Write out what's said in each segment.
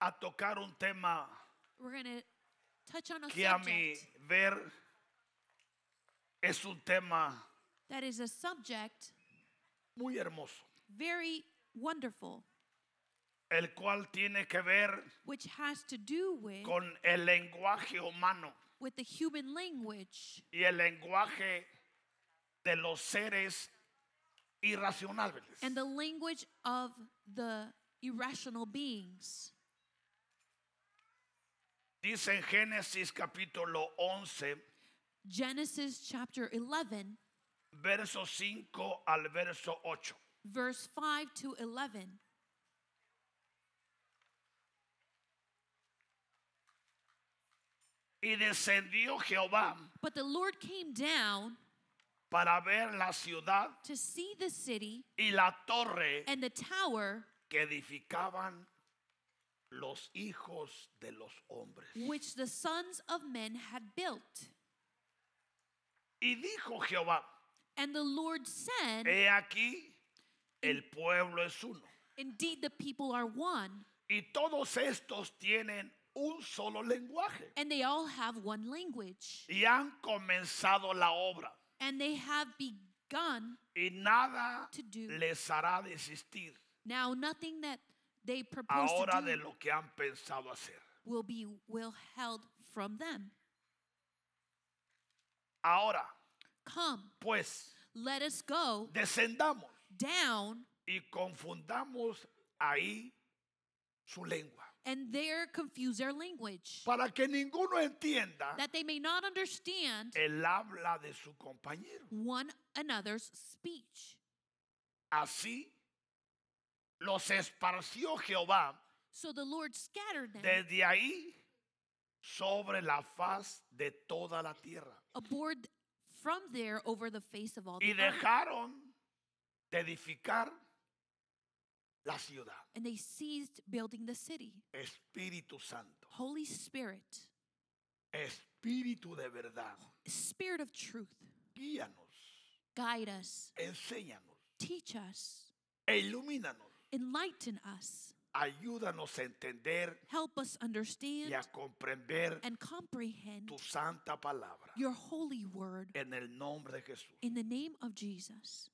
a tocar un tema We're going to touch on a que a mi subject ver es un tema that is a subject muy hermoso, very wonderful, el cual tiene que ver which has to do with, con el lenguaje humano with the human language y el lenguaje de los seres irracionales. and the language of the irrational beings. Dice en Génesis capítulo 11, Genesis chapter 11, verso 5 al verso 8. verse 5 to 11. Y descendió Jehová But the Lord came down para ver la ciudad to see the city y la torre and the tower que edificaban los hijos de los hombres. which the sons of men had built. Y dijo Jehová, And the Lord said, he aquí, el pueblo es uno. Indeed, the people are one, Y todos estos tienen un solo lenguaje. and they all have one language, Y han comenzado la obra. and they have begun. Y nada To do. les hará desistir Now, nothing that they propose ahora to de do lo que han pensado hacer. will be will held from them. Ahora, Come, pues, let us go descendamos down, y confundamos ahí su lengua. and there confuse their language, Para que ninguno entienda that they may not understand el habla de su compañero. one another's speech. Así los esparció Jehová So the Lord scattered them desde ahí sobre la faz de toda la tierra. aboard from there over the face of all the Y earth. dejaron de edificar la ciudad. And they ceased building the city. Espíritu Santo, Holy Spirit, Espíritu de verdad, Spirit of truth, guíanos, guide us, enséñanos teach us, e ilumínanos. enlighten us, Ayúdanos a entender help us understand y a comprender and comprehend tu santa palabra. your holy word En el nombre de Jesús. in the name of Jesus.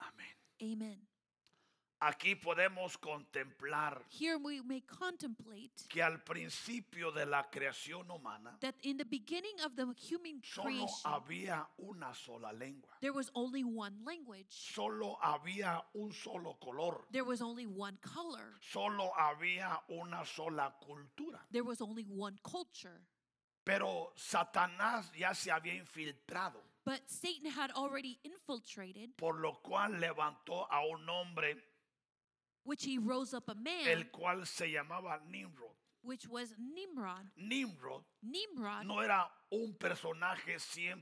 Amén. Amen. Aquí podemos contemplar Here we may contemplate que al principio de la creación humana that in the beginning of the human solo creation, había una sola lengua, there was only one language, solo había un solo color, there was only one color, solo había una sola cultura. there was only one culture. Pero Satanás ya se había infiltrado, But Satan had already infiltrated, por lo cual levantó a un hombre, which he rose up a man, el cual se llamaba Nimrod. which was Nimrod. Nimrod Nimrod no era un personaje 100%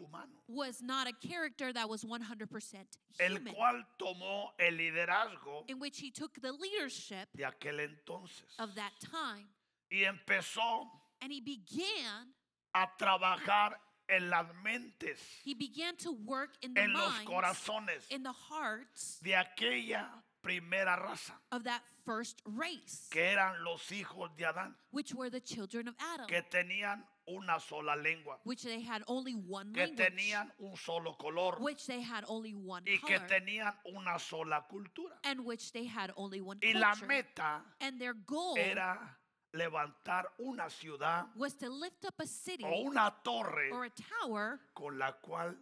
humano. was not a character that was 100% el human, cual tomó el liderazgo in which he took the leadership de aquel entonces of that time y empezó and he began a trabajar en las mentes, he began to work in the en los minds corazones in the hearts de aquella primera raza of that first race que eran los hijos de Adán, which were the children of Adam que tenían una sola lengua, which they had only one que language tenían un solo color which they had only one y que color tenían una sola cultura. and which they had only one Y la culture Oh. meta and their goal era levantar una ciudad was to lift up a city o una torre or a tower con la cual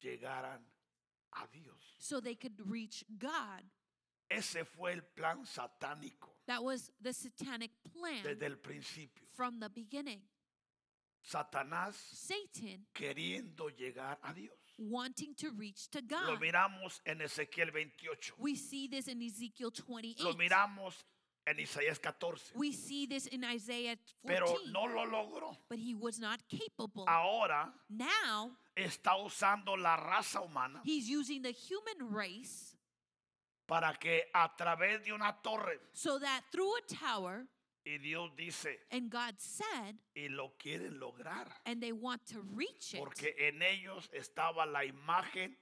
llegaran a Dios. so they could reach God Ese fue el plan satánico That was the satanic plan desde el principio. from the beginning. Satanás Satan queriendo llegar a Dios. wanting to reach to Lo God. miramos en Ezequiel 28. We see this in Ezekiel 28. Lo miramos en Isaías 14. We see this in Isaiah 14. Pero no Ah. lo logró. But he was not capable. Ahora Now está usando la raza humana he's using the human race para que a través de una torre, so that through a tower, y Dios dice, and God said, y lo quieren lograr, and they want to reach it porque en ellos estaba la imagen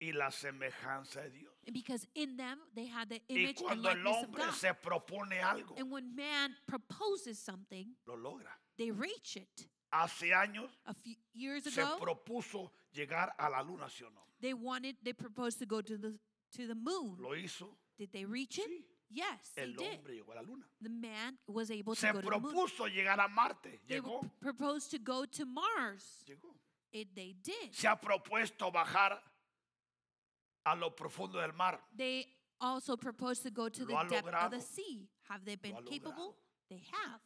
y la semejanza de Dios. because in them they had the Y image and cuando el likeness of hombre God. se propone algo, And when man proposes something, lo logra. they reach it. Hace años A few years se ago, propuso llegar a la luna, ¿sí o no? they wanted they proposed to go to the to the moon. Lo hizo. Did they reach it? Sí. Yes, they El did. hombre llegó a la luna. The man was able to Se go to the moon. propuso llegar a Marte. They were Llegó. p- proposed to go to Mars. Llegó. It they did. Se ha propuesto bajar a lo profundo del mar. They also proposed to go to the Lo ha depth of the logrado. sea. Have they been ha logrado. capable? They have.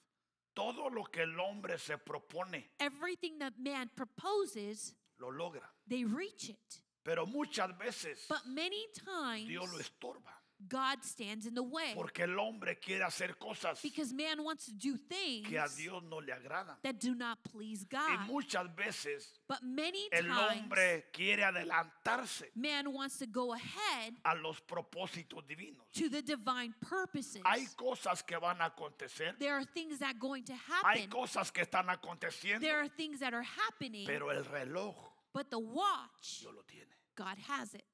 Todo lo que el hombre se propone, Everything that man proposes, lo logra. they reach it. Pero muchas veces But many times, Dios lo estorba. God stands in the way Porque el hombre quiere hacer cosas because man wants to do things que a Dios no le agradan. that do not please Y God. muchas veces But many el times, hombre quiere adelantarse man wants to go ahead a los propósitos divinos. to the divine purposes. Hay cosas que van a acontecer. There are things that going to Hay happen. cosas que están aconteciendo. There are things that are happening, Pero el reloj but the watch, Dios lo tiene. God has it.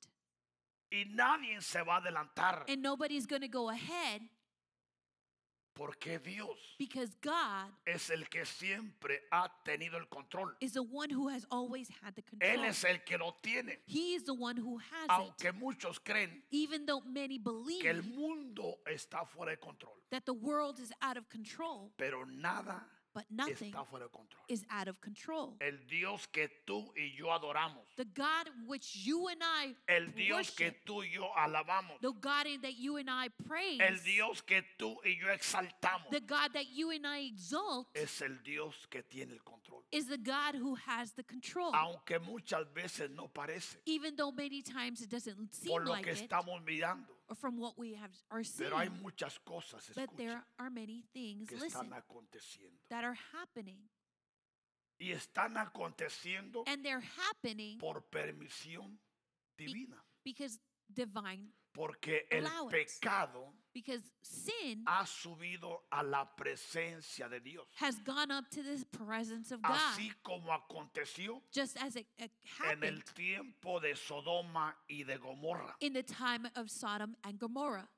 Y nadie se va a adelantar. And nobody's going to go ahead Porque Dios because God es el que siempre ha tenido el control. is the one who has always had the Él control. es el que lo tiene. He is the one who has it. Aunque muchos creen Even though many believe que el mundo está fuera de control. that the world is out of control, Pero nada but nothing está fuera de control. is out of control. El Dios que tú y yo adoramos. The God which you and I El Dios que worship, tú y yo alabamos. the God in that you and I praise, El Dios que tú y yo exaltamos. the God that you and I exalt, Es el Dios que tiene el control. is the God who has the control. Aunque muchas veces no parece. Even though many times it doesn't Por seem lo like que it, estamos mirando. or from what we have are seeing, Pero hay muchas cosas but there escucha, are many things, que listen, están aconteciendo. that are happening. Y están aconteciendo And they're happening por permisión divina. because divine, Porque el Allowance. pecado because sin ha subido a la presencia de Dios. has gone up to the presence of God, Así como aconteció just as it, en it happened el tiempo de Sodoma y de Gomorra. in the time of Sodom and Gomorrah,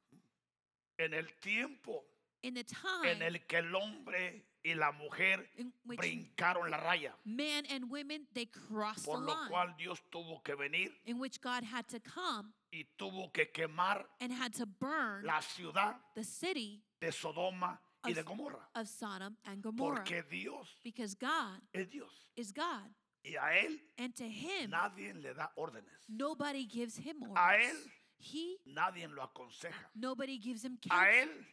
En el tiempo in the time en el que el hombre y la mujer in Mm, which brincaron la raya. men and women they crossed the Por lo line, cual Dios tuvo que venir in which God had to come y tuvo que quemar and had to burn la ciudad the city de Sodoma y Of- de Gomorra. of Sodom and Gomorrah, Porque Dios because God es Dios. is God, Y a Él and to Him nadie le da órdenes. nobody gives Him orders. él- he Nadie lo aconseja. nobody gives Him counsel. A Él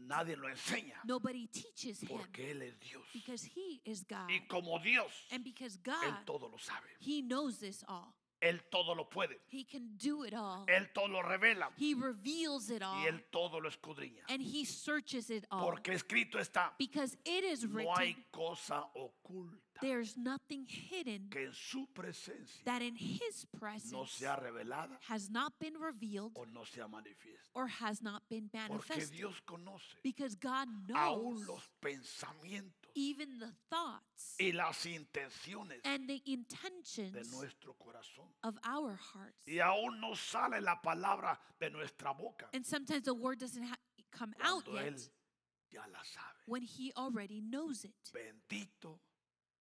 nadie lo enseña. Nobody teaches him Porque Él es Dios. because he is God. Y como Dios, And because God, Él todo lo sabe. he knows this all. Él todo lo puede. He can do it all. Él todo lo revela. He reveals it all. Y Él todo lo escudriña. And he searches it all. Porque escrito está. Because it is No written, hay cosa oculta there's nothing hidden que en su presencia that in his no presence sea revelada has not been revealed o no sea manifiesta. or has not been Porque manifested. Dios conoce Because God aún knows los pensamientos even the thoughts y las intenciones and the de intentions nuestro corazón. of our hearts. Y aún no sale la palabra de nuestra boca And sometimes the word doesn't ha- come out cuando yet Él ya la sabe. when he already knows it. Bendito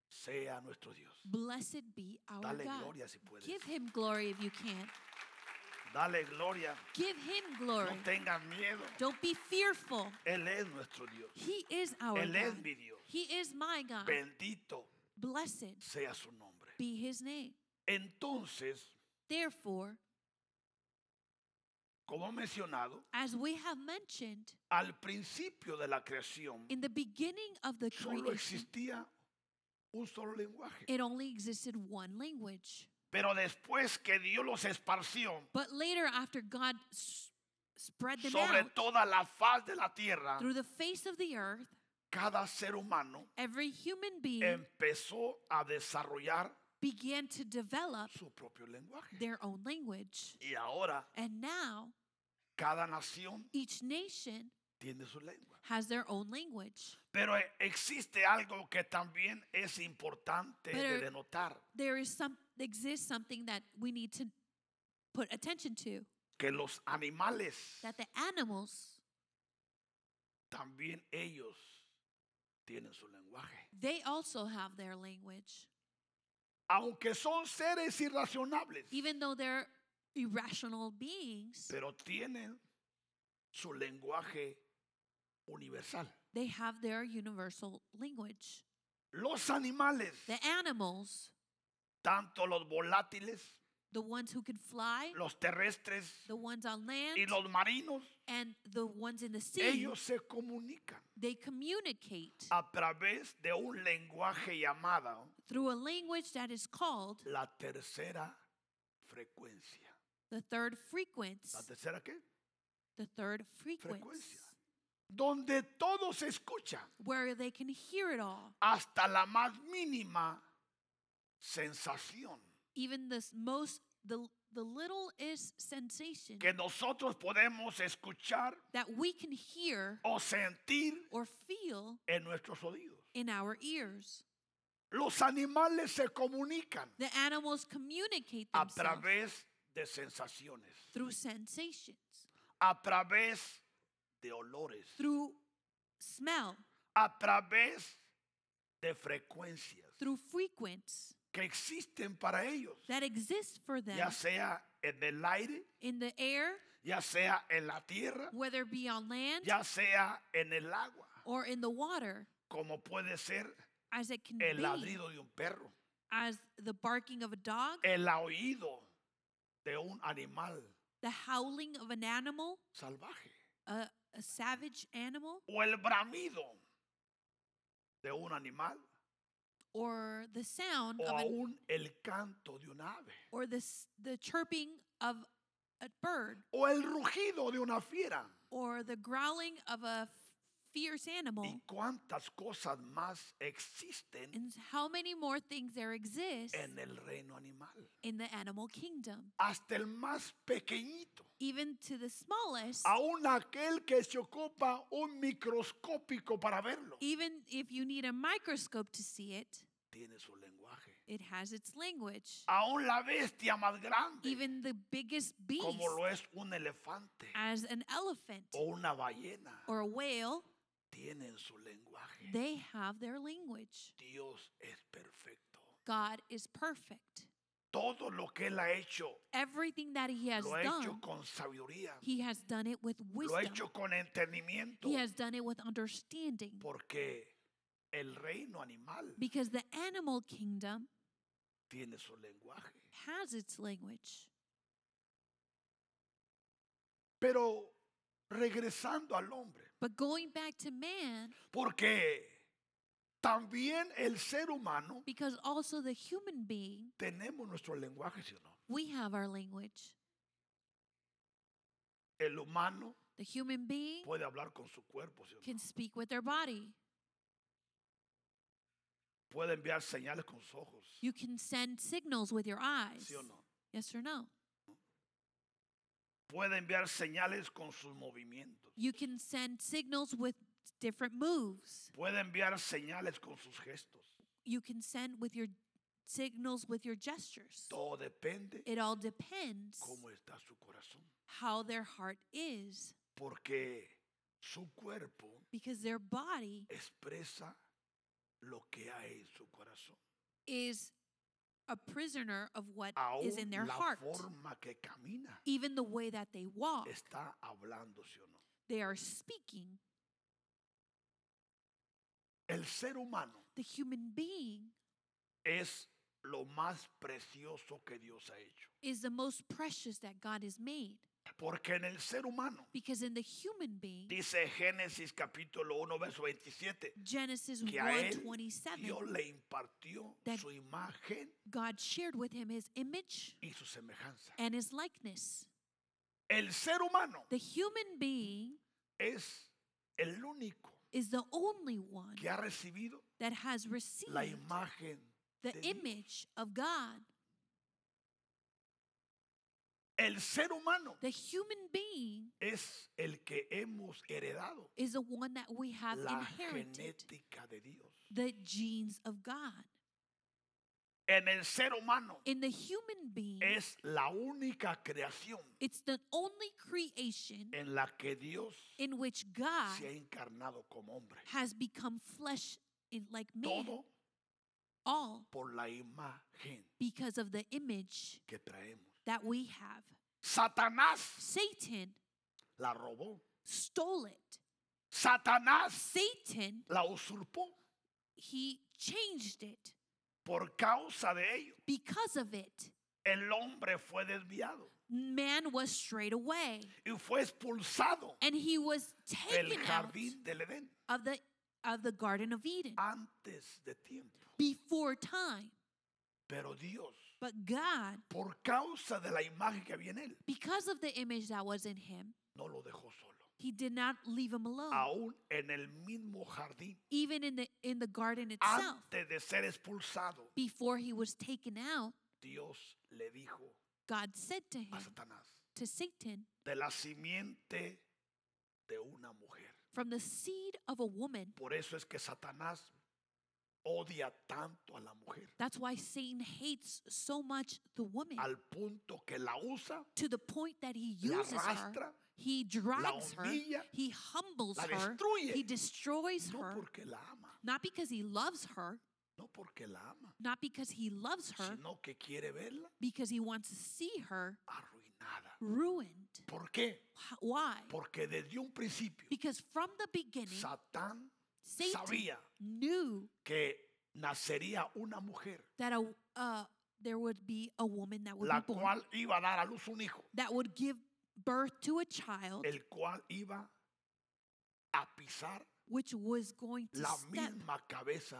sea nuestro Dios. Blessed be our Dale God. gloria si puedes. Give him glory if you can. Dale gloria. Give him glory. No tengas miedo. Don't be fearful. Él es nuestro Dios. He is our Él es God. mi Dios. He is my God. Bendito Blessed sea su nombre. be his name. Entonces, Therefore, como he mencionado, as we have mentioned, al principio de la creación in the beginning of the solo creation, existía un solo lenguaje. it only existed one language. Pero después que Dios los esparció But later, after God s- spread them sobre out toda la faz de la tierra, through the face of the earth, cada ser humano every human being empezó a desarrollar began to develop su propio lenguaje. their own language. Y ahora And now cada nación each nation tiene su lengua. has their own language. Pero eh, existe algo que también es importante de Pero- denotar, There is some exists something that we need to put attention to. que los animales that the animals, también ellos tienen su lenguaje. they also have their language, Aunque son seres irracionables, even though they're irrational beings. pero tienen su lenguaje universal. They have their universal language. Los animales, The animals, tanto los volátiles, the ones who can fly, los terrestres the ones on land, y los marinos, and the ones in the sea, ellos Ah. se comunican they communicate a través de un lenguaje llamado through a language that is called la tercera frecuencia. the third frequency. ¿La tercera qué? The third frequency, Donde todo se escucha, where they can hear it all, hasta la más mínima sensación even the s- most, the, the littlest sensation que nosotros podemos escuchar that we can hear o sentir or feel en nuestros oídos. in our ears. Los animales se comunican The animals communicate Ah, a themselves través de sensaciones, through sensations, a través de olores, through smell, a través de frecuencias through frequency que existen para ellos, that exists for them ya sea en el aire, in the air, ya sea en la tierra, whether it be on land ya sea en el agua, or in the water, como puede ser as it can el be, ladrido de un perro, as the barking of a dog, el oído de un animal the howling of an animal, salvaje a, a savage animal, o el bramido de un animal or the sound o of an, aún el canto de un ave or the, s- the chirping of a bird, o el rugido de una fiera or the growling of a fierce animal. y cuántas cosas más existen And how many more things there exist en el reino animal. in the animal kingdom, Hasta el más pequeñito, even to the smallest, aún aquel que se ocupa un microscópico para verlo, even if you need a microscope to see it, tiene su lenguaje. it has its language. Aún la bestia más grande, Even the biggest beast, Ah. como lo Oh. es un elefante as an elephant o una ballena, or a whale, tienen su lenguaje. they have their language. Dios es perfecto. God is perfect. Todo lo que Él ha hecho, Everything that He has lo ha hecho done, con sabiduría, He has done it with lo ha wisdom. hecho con entendimiento, He has done it with understanding. porque el reino animal Because the animal kingdom tiene su lenguaje. has its language. Pero regresando al hombre, But going back to man, porque también el ser humano because also the human being, tenemos nuestro lenguaje, ¿sí o no? we have our language. El humano The human being puede hablar con su cuerpo, ¿sí o no? can speak with their body. puede enviar señales con sus ojos, You can send signals with your eyes. ¿sí o no? Yes or no? Puede enviar señales con sus movimientos, You can send signals with different moves. puede enviar señales con sus gestos. You can send with your signals with your gestures. Todo depende It all depends cómo está su corazón, how their heart is porque su cuerpo because their body expresa lo que hay en su corazón. is a prisoner of what Aún is in their la heart. forma que camina Even the way that they walk, está hablando, sí o no. they are speaking. El ser humano The human being es lo más precioso que Dios ha hecho, is the most precious that God has made porque en el ser humano because in the human being, dice Génesis capítulo 1 verso 27 Genesis que a él 1:27, Dios le impartió that- su imagen God shared with him his image y su semejanza. and his likeness. El ser humano The human being es el único is the only one que ha recibido that has received la imagen the de Dios. image of God. El ser humano The human being es el que hemos heredado is the one that we have la inherited genética de Dios. the genes of God. en el ser humano In the human being, es la única creación it's the only creation en la que Dios in which God se ha encarnado como hombre. has become flesh in, like man, Todo all por la imagen because of the image que traemos. that we have. Satanás Satan la robó. stole it. Satanás Satan, la usurpó. he changed it. Por causa de ello, Because of it, el hombre fue desviado man was straight away y fue expulsado and he was del taken out jardín del Edén of the of the garden of Eden antes de tiempo. before time. Pero Dios, But God, por causa de la imagen que había en él, because of the image that was in him, no lo dejó solo. he did not leave him alone. Aún en el mismo jardín, Even in the in the garden itself, antes de ser expulsado, before he was taken out, Dios le dijo God said to a him, Satanás, to Satan, de la simiente de una mujer. from the seed of a woman. Por eso es que Satanás odia tanto a la mujer, That's why Satan hates so much the woman al punto que la usa, to the point that he la uses her. arrastra, He drags her. humilla, He humbles la her. destruye. He destroys no her. porque la ama, Not because he loves her, no porque la ama, not because he loves her, sino que quiere verla because he wants to see her arruinada. ruined. ¿Por qué? Wh- Why? Porque desde un principio Because from the beginning, Satán Satan sabía knew que nacería una mujer, that a, uh, there would be a woman that would la be born cual iba a dar a luz un hijo, that would give birth to a child el cual iba a pisar which was going to la step misma cabeza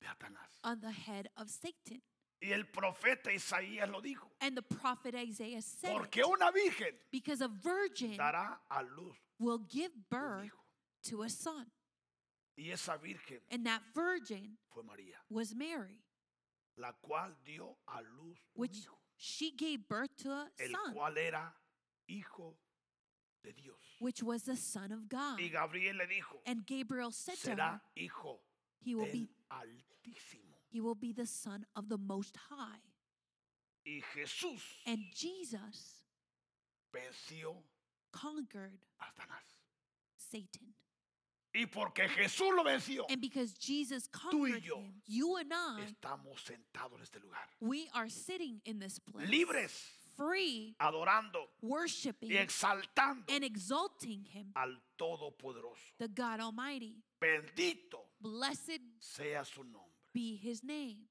de Satanás. on the head of Satan. Y el profeta Isaías lo dijo, And the prophet Isaiah said it, porque una virgen because a virgin dará a luz will give un birth hijo. to a son. Y esa virgen And that virgin fue María, was Mary, la cual dio a luz un which hijo, she gave birth to a el son, cual era hijo de Dios. which was the Son of God. Y Gabriel le dijo, And Gabriel said to her, será hijo He will be del Altísimo. he will be the son of the most high. Y Jesús And Jesus venció conquered a Satanás. Satan. Y porque Jesús lo venció, And because Jesus y conquered yo him, you and I, estamos sentados en este lugar, we are sitting in this place. libres, Free, adorando worshiping, y exaltando and exalting him, al Todopoderoso. the God Almighty. Bendito Blessed sea su nombre. be his name.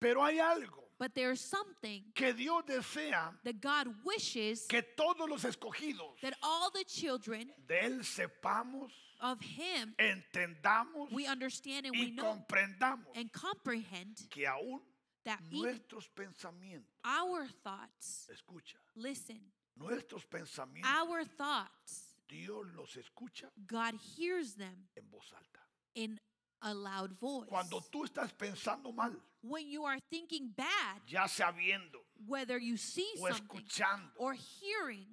Pero hay algo But there is something que Dios desea that God wishes que todos los escogidos that all the children de Él sepamos, of him entendamos we understand and we y know comprendamos and comprehend que aún that even nuestros pensamientos, our thoughts, escucha, listen, nuestros pensamientos, our thoughts, Dios los escucha God hears them en voz alta. in a loud voice. Cuando tú estás pensando mal, When you are thinking bad, ya sabiendo whether you see o something escuchando, or hearing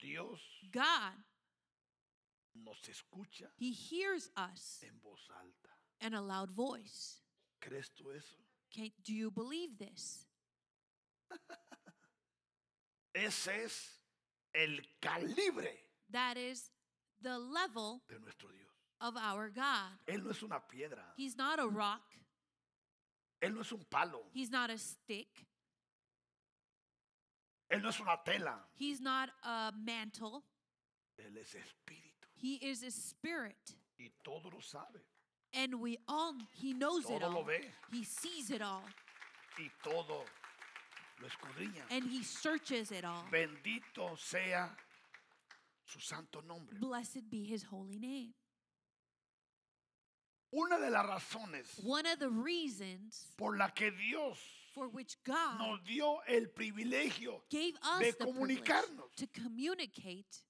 Dios God, nos escucha he hears us en voz alta. in a loud voice. ¿Crees tú eso? Can, do you believe this? Ese es el calibre That is the level de nuestro Dios. of our God. Él no es una piedra, He's not a rock, Él no es un palo, he's not a stick, Él no es una tela, he's not a mantle. Él es espíritu. He is a spirit. Y todo lo sabe, And we all, he knows it todo lo all. ve He sees it all. y todo lo escudriña. And he searches it all. Bendito sea su santo nombre. Blessed be his holy name. Una de las razones One of the reasons por la que Dios for which God nos dio el privilegio gave us de the privilege comunicarnos. to communicate,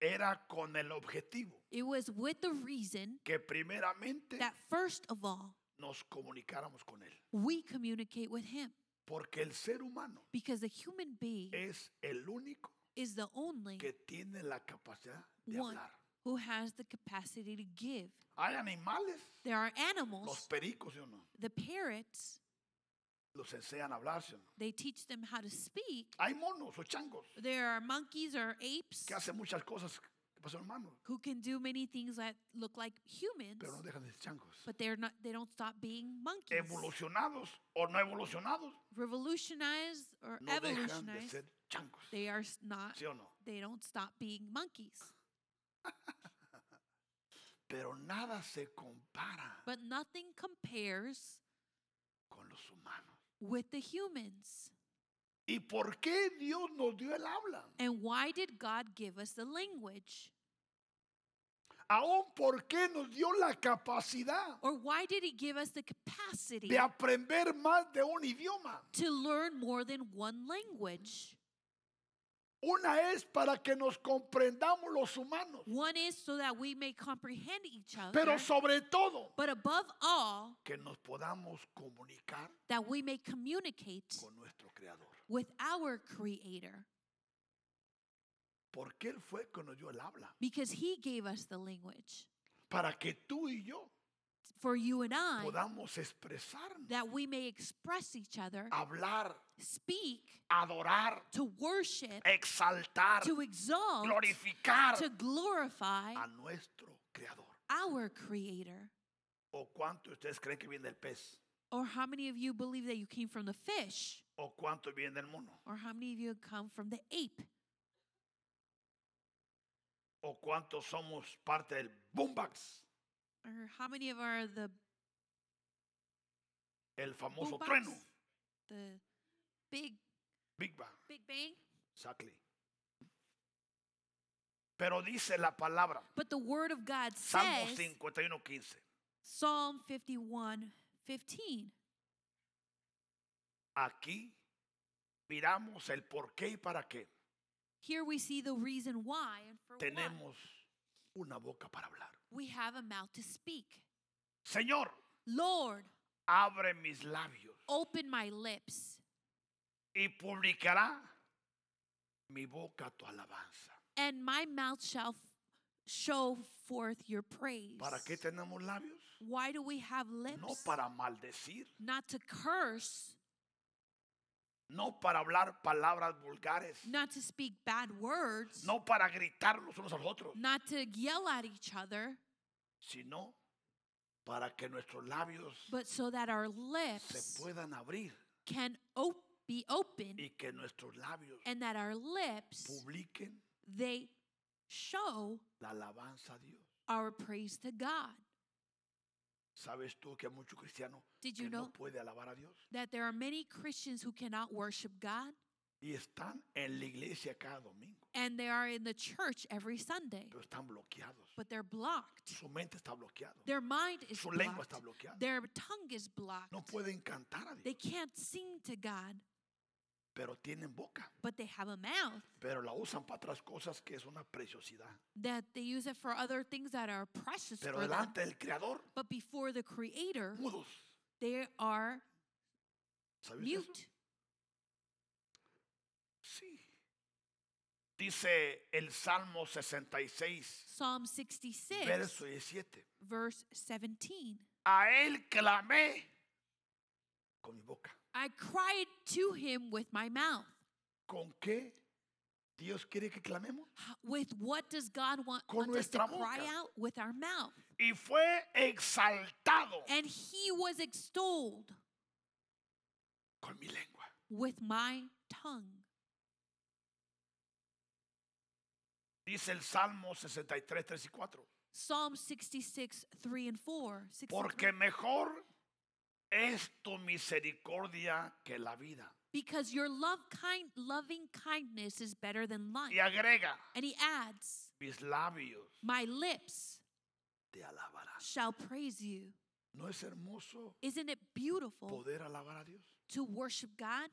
era con el objetivo it was with the reason que primeramente that first of all, nos comunicáramos con Él. we communicate with him. Porque el ser humano Because the human being Eh, es el único is the only que tiene la capacidad de one hablar. who has the capacity to give. Hay animales, There are los animals, pericos, ¿sí o no? the parrots, Los enseñan a hablar, ¿sí o no? they teach them how to speak. Hay monos o changos There are monkeys or apes Ah. que hacen muchas cosas que pasan hermanos, who can do many things that look like humans, pero no dejan de ser changos. but they're not they don't stop being monkeys. Evolucionados o no evolucionados, Revolutionized or no dejan de evolutionized, ser changos. they are s- not ¿Sí o no? they don't stop being monkeys. Pero nada se compara But nothing compares con los humanos. with the humans. ¿Y por qué Dios nos dio el habla? And why did God give us the language? Aún por qué nos dio la capacidad Or why did he give us the capacity de aprender más de un idioma. to learn more than one language? Una es para que nos comprendamos los humanos, One is so that we may comprehend each other, pero sobre todo but above all, que nos podamos comunicar that we may communicate con nuestro Creador. with our Creator, Porque Él fue que nos dio el habla. because He gave us the language Para que tú y yo for you and I, podamos expresarnos, that we may express each other, Ah. hablar, speak, adorar, to worship, exaltar, to exalt, glorificar to glorify a nuestro Creador. our Creator. ¿O cuánto ustedes creen que viene del pez? Or how many of you believe that you came from the fish? ¿O cuánto viene del mono? Or how many of you come from the ape? ¿O cuántos somos parte del boombox? Or how many of are the El famoso boombox? trueno. The big Big Bang. Big Bang? Exactly. Pero dice la palabra, But the word of God Salmo says 51, 15. Psalm 51, 15. Aquí miramos el por qué y para qué. Here we see the reason why and for what Tenemos una boca para hablar. we have a mouth to speak. Señor, Lord, abre mis labios open my lips, y publicará mi boca tu alabanza. and my mouth shall f- show forth your praise. ¿Para qué tenemos labios? Why do we have lips? No para maldecir, Not to curse, no para hablar palabras vulgares, not to speak bad words, no para gritar los unos a los otros, not to yell at each other, sino para que nuestros labios but so that our se lips puedan abrir can op- be open y que nuestros labios and that our lips publiquen they show la alabanza a Dios. our praise to God. ¿Sabes tú que hay muchos cristianos Did you que no know puede alabar a Dios? that there are many Christians who cannot worship God Y están en la iglesia cada domingo, and they are in the church every Sunday, pero están bloqueados. but they're blocked. Su mente está bloqueada. Their mind is Su lengua blocked. está bloqueada. Their tongue is blocked. No pueden cantar a They Dios, can't sing to God, pero tienen boca. but they have a mouth Pero la usan para otras cosas que es una preciosidad. that they use it for other things that are precious Pero for them. delante del Creador, But before the Creator, mudos. they are ¿Sabes eso? mute. Sí. Dice el Salmo 66, Psalm 66, verso 17. verse 17. A él clamé con mi boca. I cried to him with my mouth. ¿Con qué Dios quiere que clamemos? H- With what does God want, Con want us to nuestra cry boca. out? With our mouth. Y fue exaltado And he was extolled con mi lengua. with my tongue. Dice el Salmo 63, 3 y 4. Psalm 66, 3 and 4. 6 and Porque 3. mejor es tu misericordia que la vida. Because your love kind, loving kindness is better than life. Y agrega, And he adds, mis labios My lips te alabarán. shall praise you. ¿No es hermoso Isn't it beautiful poder alabar a Dios? to worship God?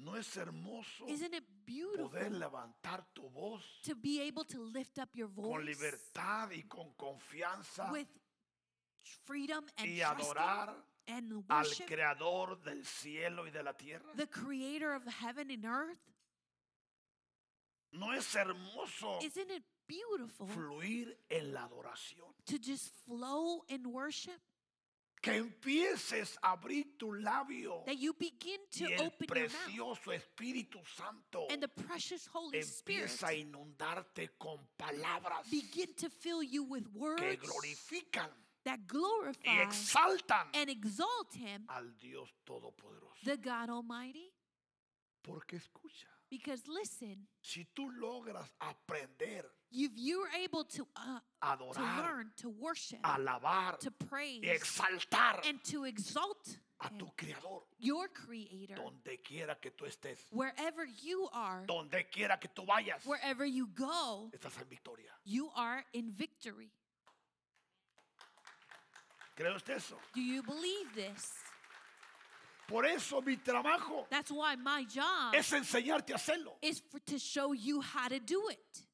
¿No es hermoso Isn't it poder beautiful levantar tu voz to be able to lift up your voice? con libertad y con confianza with freedom and y trusting adorar and al worship creador del cielo y de la tierra? the creator of heaven and earth ¿No es hermoso isn't it beautiful fluir en la adoración. to just flow in worship Que empieces a abrir tu labio that you begin to y el open your mouth precioso Espíritu Santo and the precious Holy Spirit empieza a inundarte con palabras begin to fill you with que words glorifican that y glorify exaltan and exalt Him, al Dios Todopoderoso. the God Almighty. Porque escucha, Because listen, si tú logras aprender if you're able to uh, a to adorar, learn to worship, a alabar to praise, y exaltar and to exalt a Him, tu Creador, your Creator, donde quiera que tú estés, wherever you are, donde quiera que tú vayas, wherever you go, estás en victoria. you are in victory. ¿Cree usted eso? Do you believe this? Por eso mi trabajo That's why my job es enseñarte a hacerlo. is for, to show you how to do it.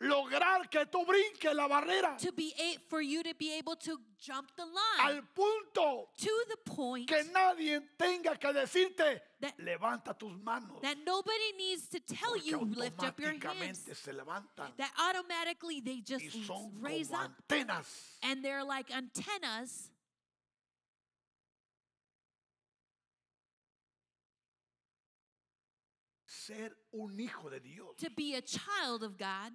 Lograr que tú brinques la barrera to be a, for you to be able to jump the line al punto to the point que nadie tenga que decirte, That- levanta tus manos. that nobody needs to tell Porque you lift up your hands automáticamente se levantan that automatically they just y son raise como up antenas and they're like antennas Ser un hijo de Dios to be a child of God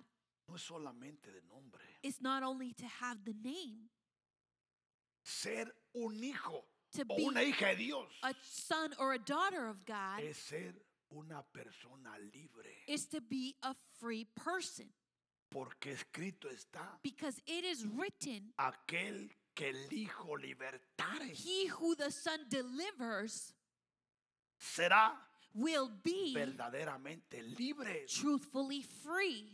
no es solamente de nombre. is not only to have the name Ser un hijo To o be una hija de Dios a son or a daughter of God es ser una persona libre. is to be a free person Porque escrito está, because it is written aquel que el hijo libertare he who the son delivers será will be verdaderamente libre. truthfully free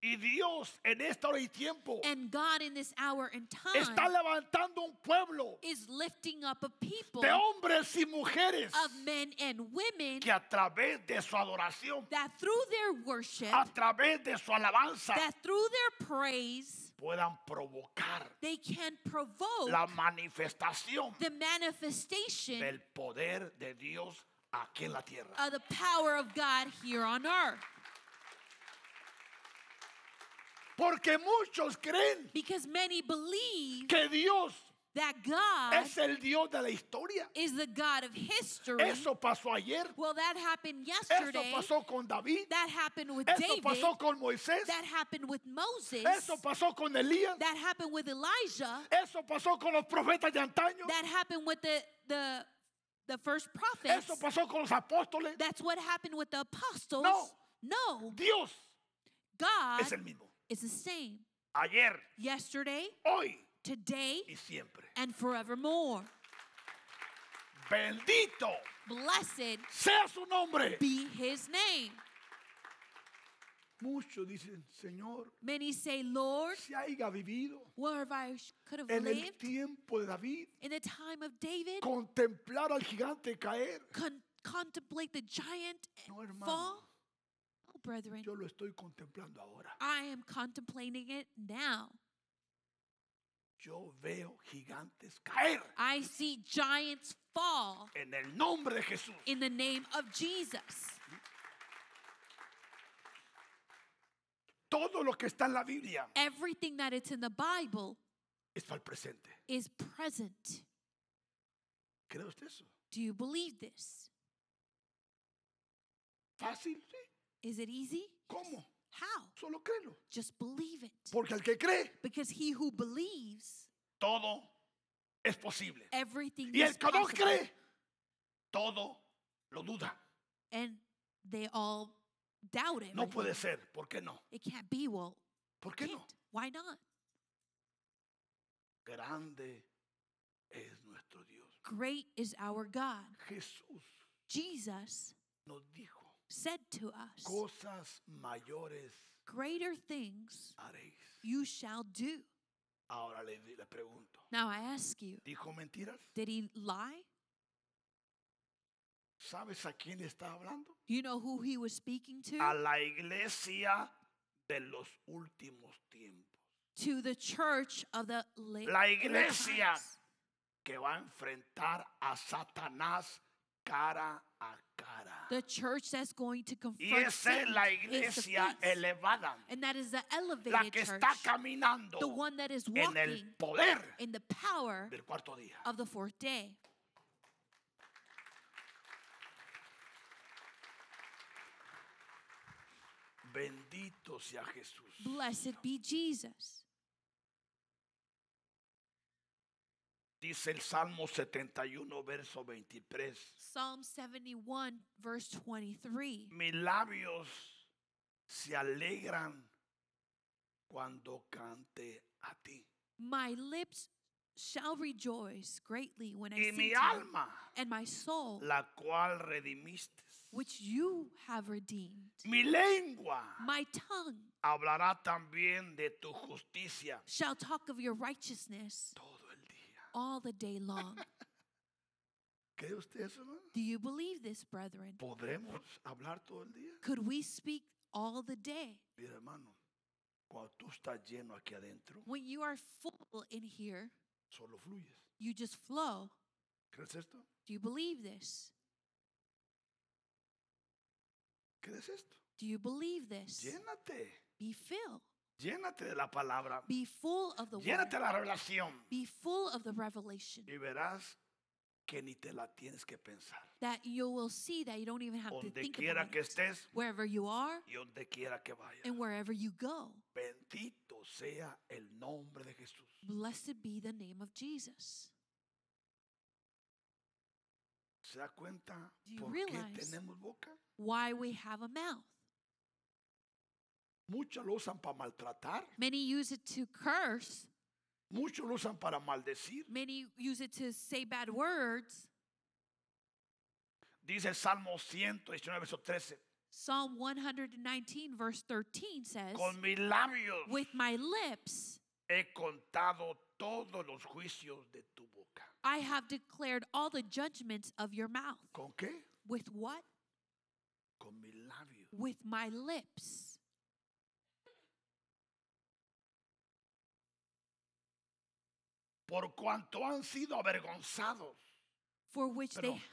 Y Dios en esta hora y tiempo And God in this hour and está time levantando un pueblo is lifting up a people de of hombres y mujeres men and women que a través de su adoración, that through their worship, a través de su alabanza, that through their praise, puedan provocar they can provoke la manifestación the manifestation del poder de Dios aquí en la tierra. of the power of God here on earth. Porque muchos creen Because many believe que Dios that God es el Dios de la historia. is the God of history. Eso pasó ayer, Well, that happened eso yesterday. pasó con David, That happened with eso David. pasó con Moisés, That happened with Moses. eso pasó con Elías, That happened with Elijah. eso pasó con los profetas de antaño, that happened with the the the first prophets. eso pasó con los apóstoles. That's what happened with the apostles. No. No, Dios God es el mismo. is the same Ayer, yesterday, hoy today, y siempre. and forevermore. Bendito Blessed sea su nombre. be His name. Muchos dicen, Señor, Many say, Lord, se haya vivido where have I could have en el lived tiempo de David, in the time of David? contemplar al gigante caer. Con- contemplate the giant No, and hermano. fall. Oh, brethren, Yo lo estoy contemplando ahora. I am contemplating it now. Yo veo gigantes caer I see giants fall. en el nombre de Jesús. in the name of Jesus. Todo lo que está en la Biblia Everything that it's in the Bible es para el presente. is present. ¿Cree usted eso? Do you believe this? Fácil, sí. Is it easy? ¿Cómo? How? Solo créelo. Just believe it. Porque al que cree, Because he who believes, todo es posible. everything Y is el que no possible. cree, todo lo duda. And they all doubt it. No puede ser. ¿Por qué no? It can't be. Well, ¿Por qué can't. no? Why not? Grande es nuestro Dios. Great is our God. Jesús Jesus nos dijo, said to us, cosas mayores Greater things haréis. you shall do. Ahora le, le pregunto, Now I ask you, ¿dijo mentiras? did he lie? ¿Sabes a quién está hablando? You know who he was speaking A to? la iglesia de los últimos tiempos, To the church of the la- La later iglesia. times que va a enfrentar a Satanás cara a cara. The church that's going to Y esa confront es Satan la is the iglesia feast. elevada, And that is the la elevated que church, está caminando the one that is en walking el poder in the power del cuarto día. of the fourth day. Bendito sea Jesús. Blessed be Jesus. Dice el Salmo 71, verso 23. Psalm 71, verse 23. Mis labios se alegran cuando cante a ti. My lips shall rejoice greatly when I Y sing to mi you, alma, and my soul, la cual redimiste. which you have redeemed. Mi lengua My tongue hablará también de tu justicia shall talk of your righteousness todo el día. all the day long. ¿Cree usted eso, hermano? Do you believe this, brethren? ¿Podremos hablar todo el día? Could we speak all the day? Mira, hermano, cuando tú estás lleno aquí adentro, When you are full in here, solo fluyes. you just flow. ¿Crees esto? Do you believe this? ¿Crees esto? Do you believe this? Llénate. Be filled. Llénate de la palabra. Be full of the Llénate de word. la revelación. Be full of the revelation Y verás que ni te la tienes que pensar. that you will see that you don't even have to Donde think quiera about que it. estés Wherever you are y donde quiera que vayas. and wherever you go, Bendito sea el nombre de Jesús. blessed be the name of Jesus. ¿Se da cuenta Do you por qué realize? tenemos boca? Why we have a mouth. Muchos lo usan para maltratar, Many use it to curse. muchos lo usan para maldecir. Many use it to say bad words. Dice el Salmo 119, verso 13. Psalm 119, verse 13 says, Con mis labios With my lips he contado todos los juicios de tu boca. I have declared all the judgments of your mouth. ¿Con qué? With what? Con mis labios. With my lips. Por cuanto han sido avergonzados. for which Perdón. they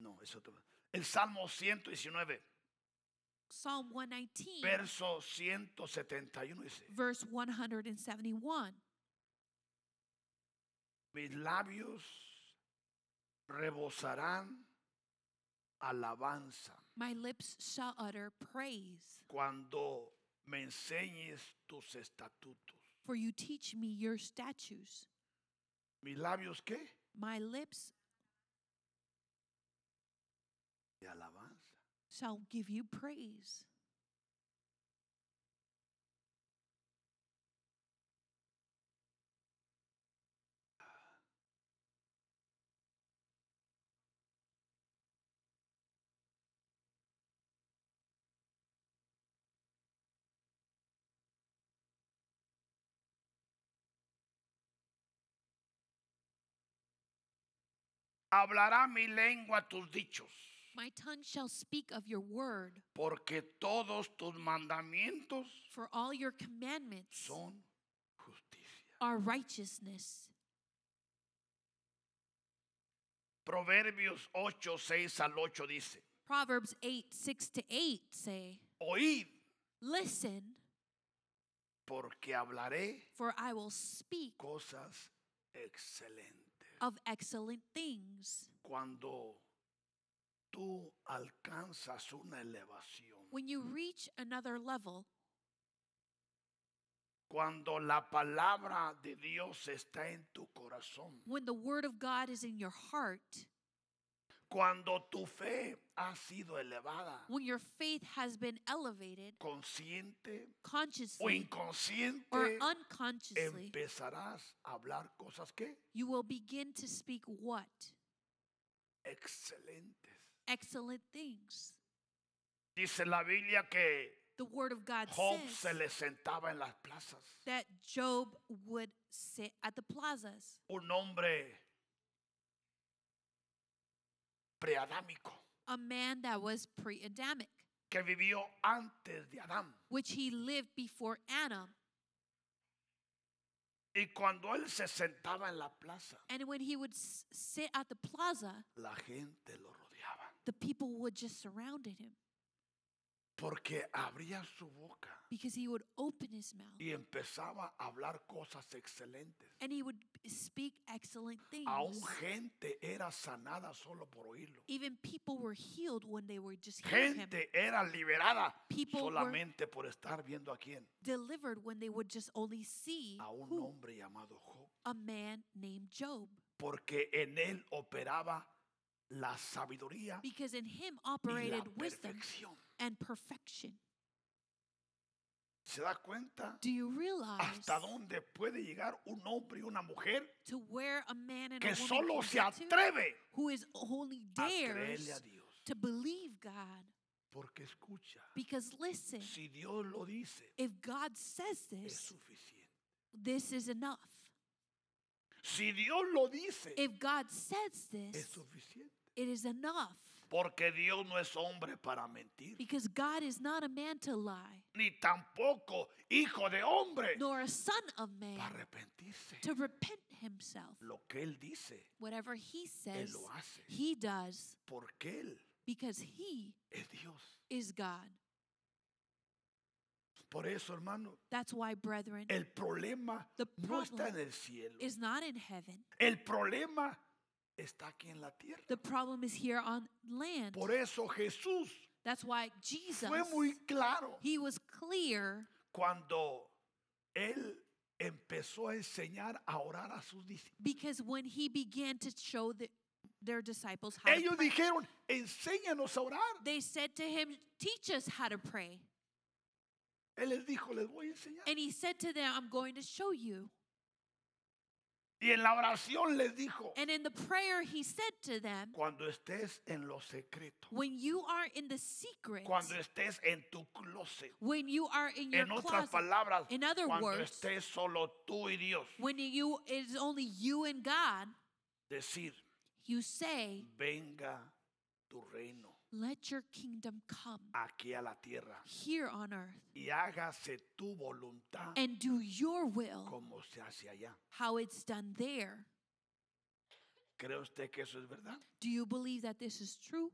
No, eso te... El Salmo 119, Psalm 119 verso 171 dice, verse 171 mis labios rebosarán alabanza my lips shall utter praise cuando me enseñes tus estatutos. for you teach me your statutes ¿Mis labios qué? my lips De alabanza. shall give you praise Hablará mi lengua tus dichos. my tongue shall speak of your word Porque todos tus mandamientos for all your commandments son justicia. are righteousness Proverbios 8, 6 al 8 dice, proverbs 8 6 to 8 say oíd, listen porque hablaré for i will speak cosas excelentes. of excellent things Cuando tú alcanzas una elevación, when you reach another level cuando la palabra de Dios está en tu corazón, when the word of god is in your heart cuando tu fe ha sido elevada, when your faith has been elevated consciente o consciously or inconsciente, unconsciously, empezarás a hablar cosas que you will begin to speak what? excelentes. Excellent things. Dice la Biblia que The word of God Job se says le sentaba en las plazas. that Job would sit at the plazas, Un hombre preadámico a man that was pre Adamic, que vivió antes de Adán. which he lived before Adam. Y cuando él se sentaba en la plaza, And when he would s- sit at the plaza, la gente lo rodeaba. the people would just surrounded him Porque abría su boca because he would open his mouth y empezaba a hablar cosas excelentes. and he would speak excellent things. Aún gente era sanada solo por oírlo. Even people were healed when they were just hearing him. Gente era liberada People were- solamente por estar viendo a quién. Delivered when they would just only see A un who? hombre llamado Job. a man named Job Porque en él operaba la sabiduría because in him y la operated wisdom perfección. and perfection. ¿Se da cuenta Do you realize hasta dónde puede llegar un hombre y una mujer to where a man and a que woman solo can se get to? atreve who is only a creerle a dares Dios? to believe God. Porque escucha, Because listen, si Dios lo dice, if God says es this, suficiente. this is enough. Si Dios lo dice, If God says es this, suficiente. it is enough. Porque Dios no es hombre para mentir, Because God is not a man to lie, ni tampoco hijo de hombre nor a son of man para arrepentirse. to repent himself. Lo que Él dice, Whatever he Él says, lo hace. he does Porque Él because he es Dios. is God. Por eso, hermano, That's why, brethren, el problema The no está en problem el cielo. is not in heaven. El problema está aquí en la tierra. The problem is here on land. Por eso Jesús That's why Jesus, fue muy claro he was clear cuando Él empezó a enseñar a orar a sus discípulos. Because when he began to show the, their disciples how to Ellos pray, dijeron, enséñanos a orar. they said to him, Teach us how to pray. Él les dijo, les voy a enseñar. And he said to them, I'm going to show you. Y en la oración les dijo, And in the prayer, he said to them, cuando estés en lo secreto, When you are in the secret, cuando estés en tu closet, when you are in your en otras closet, palabras, in other cuando words, estés solo tú y Dios, when you it is only you and God, decir, you say, venga tu reino Let your kingdom come aquí a la tierra here on earth y hágase tu voluntad and do your will como se hace allá. how it's done there. ¿Cree usted que eso es verdad? Do you believe that this is true?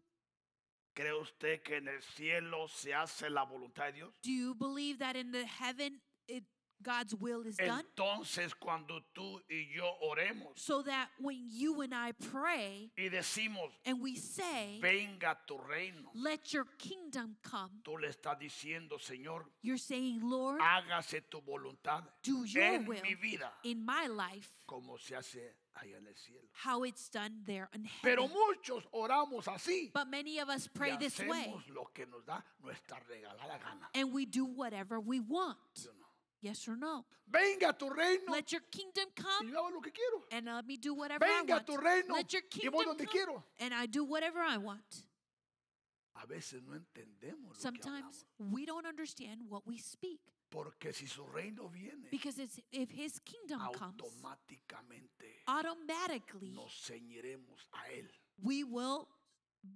¿Cree usted que en el cielo se hace la voluntad de Dios? Do you believe that in the heaven it, God's will is done? Entonces cuando tú y yo oremos So that when you and I pray y decimos, and we say, venga tu reino, Let your kingdom come, tú le estás diciendo, Señor, you're saying, Lord, hágase tu voluntad do your en will mi vida in my life, como se hace allá en el cielo. how it's done there in Pero heaven. muchos oramos así But many of us y pray this way hacemos lo que nos da nuestra regalada gana. and we do whatever we want. Yo no. Yes or no? Venga tu reino Let your kingdom y come yo hago lo que quiero. and let me do whatever I Venga want. tu reino Let your y voy kingdom donde come quiero. and I do whatever I want. A veces no entendemos lo que Sometimes hablamos. we don't understand what we speak Porque si su reino viene, because it's, if his kingdom comes, automáticamente automatically nos ceñiremos a Él. we will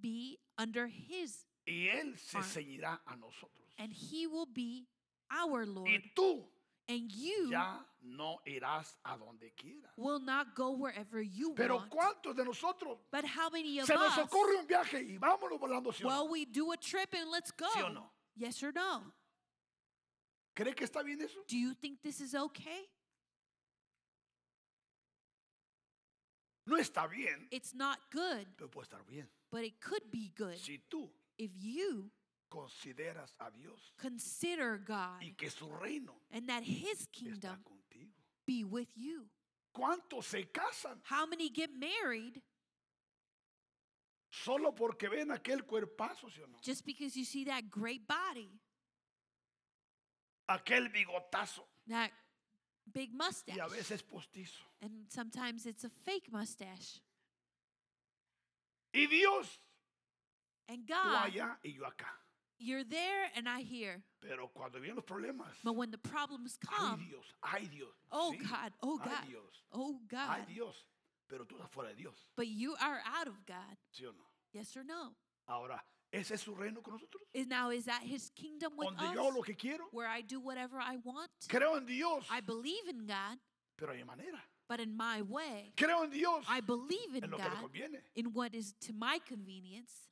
be under his Y Él se Ar- ceñirá a nosotros. and he will be our Lord. Y tú And you ya no irás a donde quieras. will not go wherever you Pero want. ¿cuántos de nosotros But how many of se nos us? ocurre un viaje y vámonos volando? ¿sí o no? Well, we do a trip and let's go. ¿Sí o no? Yes or no? ¿Cree que está bien eso? Do you think this is okay? No está bien, It's not good, pero puede estar bien. but it could be good Si tú if you consideras a Dios consider God y que su reino and that his está kingdom contigo. be with you. ¿Cuántos se casan How many get married solo porque ven aquel cuerpazo, sí o no? just because you see that great body, Aquel bigotazo that big mustache? y a veces postizo. And sometimes it's a fake mustache. Y Dios, And tú God, allá y yo acá. you're there and I here. Pero cuando vienen los problemas, But when the problems ay come, Dios, ay Dios. Ah. oh sí, God, oh ay God, Dios, oh God. ay Dios. Pero tú estás fuera de Dios, But you are out of God. ¿sí o no? Yes or no? Ahora, ese es su reino con nosotros. Is now is that his kingdom with Donde yo hago us lo que quiero, where I do whatever I want? creo en Dios, I believe in God, pero a mi manera. but in my way. Creo en Dios, I believe in en lo que me God conviene. in what is to my convenience.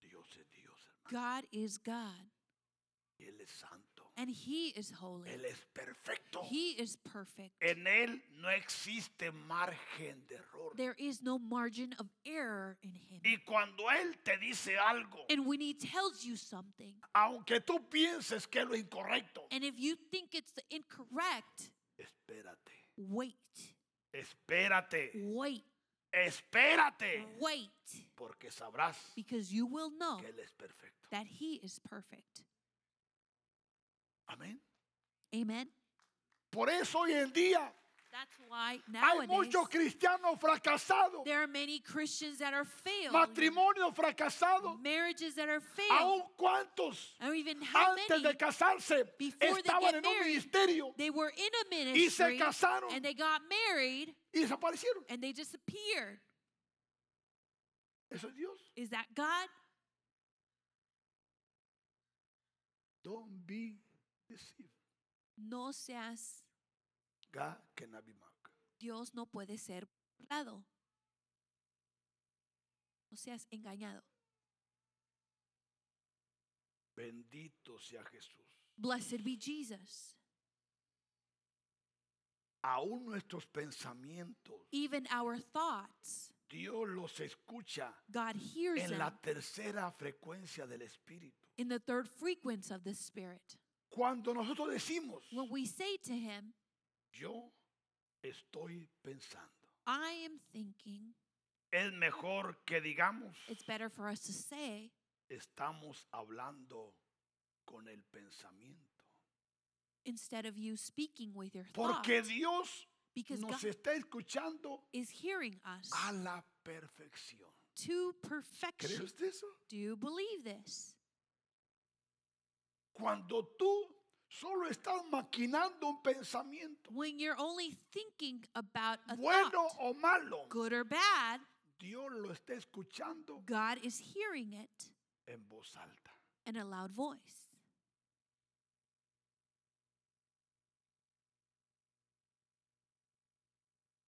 Dios es Dios, hermano. God is God, Él es santo. and He is holy. Él es perfecto. He is perfect. En Él no existe margen de error. There is no margin of error in Him. Y cuando Él te dice algo, And when He tells you something, aunque tú pienses que es lo incorrecto, and if you think it's incorrect, espérate, wait, espérate, wait, espérate, wait, porque sabrás because you will know que Él es perfecto. that He is perfect. Amén. Amen. Por eso hoy en día That's why hay nowadays muchos cristianos fracasados, there are many Christians that are failed, matrimonios fracasados, marriages that are failed. aún cuantos Or even how antes many de casarse before they estaban get en un married, ministerio they were in a y se ministry casaron and they got married y desaparecieron. and they disappeared. Eso es Dios. Is that God? Don't be deceived. No seas God cannot be mocked. Dios no puede ser burlado. No seas engañado. Bendito sea Jesús. Blessed be Jesus. Aún nuestros pensamientos, Even our thoughts, Dios los escucha God hears en them la tercera frecuencia del Espíritu. in the third frequency of the Spirit. Cuando nosotros decimos, When we say to Him, yo estoy pensando. I am thinking, Es mejor que digamos, it's better for us to say, estamos hablando con el pensamiento. instead of you speaking with your thoughts. Porque Dios Because nos God está escuchando is hearing us a la perfección. to ¿Cree perfection. usted eso? Do you believe this? Cuando tú solo estás maquinando un pensamiento, When you're only thinking about a bueno thought, o malo, good or bad, Dios lo está escuchando God is hearing it en voz alta. in a loud voice.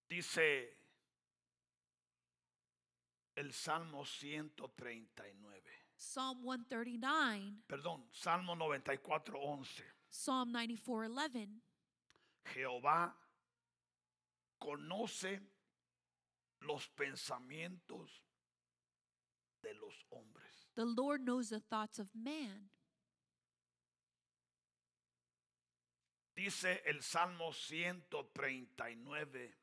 Dice el Salmo 139, Psalm 139, perdón, Salmo 94, 11. Psalm 94, 11. Jehová conoce los pensamientos de los hombres. The Lord knows the thoughts of man. Dice el Salmo 139,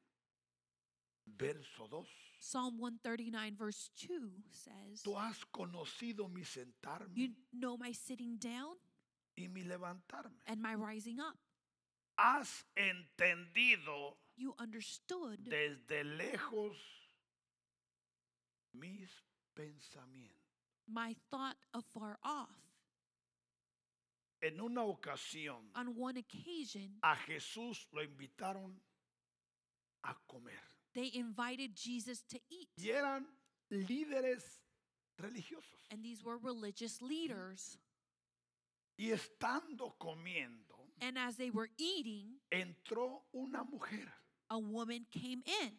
verso 2. Psalm 139, verse 2 says, Tú has conocido mi sentarme You know my sitting down y mi levantarme. and my rising up. Has entendido You understood desde lejos mis pensamientos. my thought afar off. En una ocasión On one occasion, a Jesús lo invitaron a comer. they invited Jesus to eat, Y eran líderes religiosos. and these were religious leaders. Y estando comiendo, And as they were eating, entró una mujer a woman came in,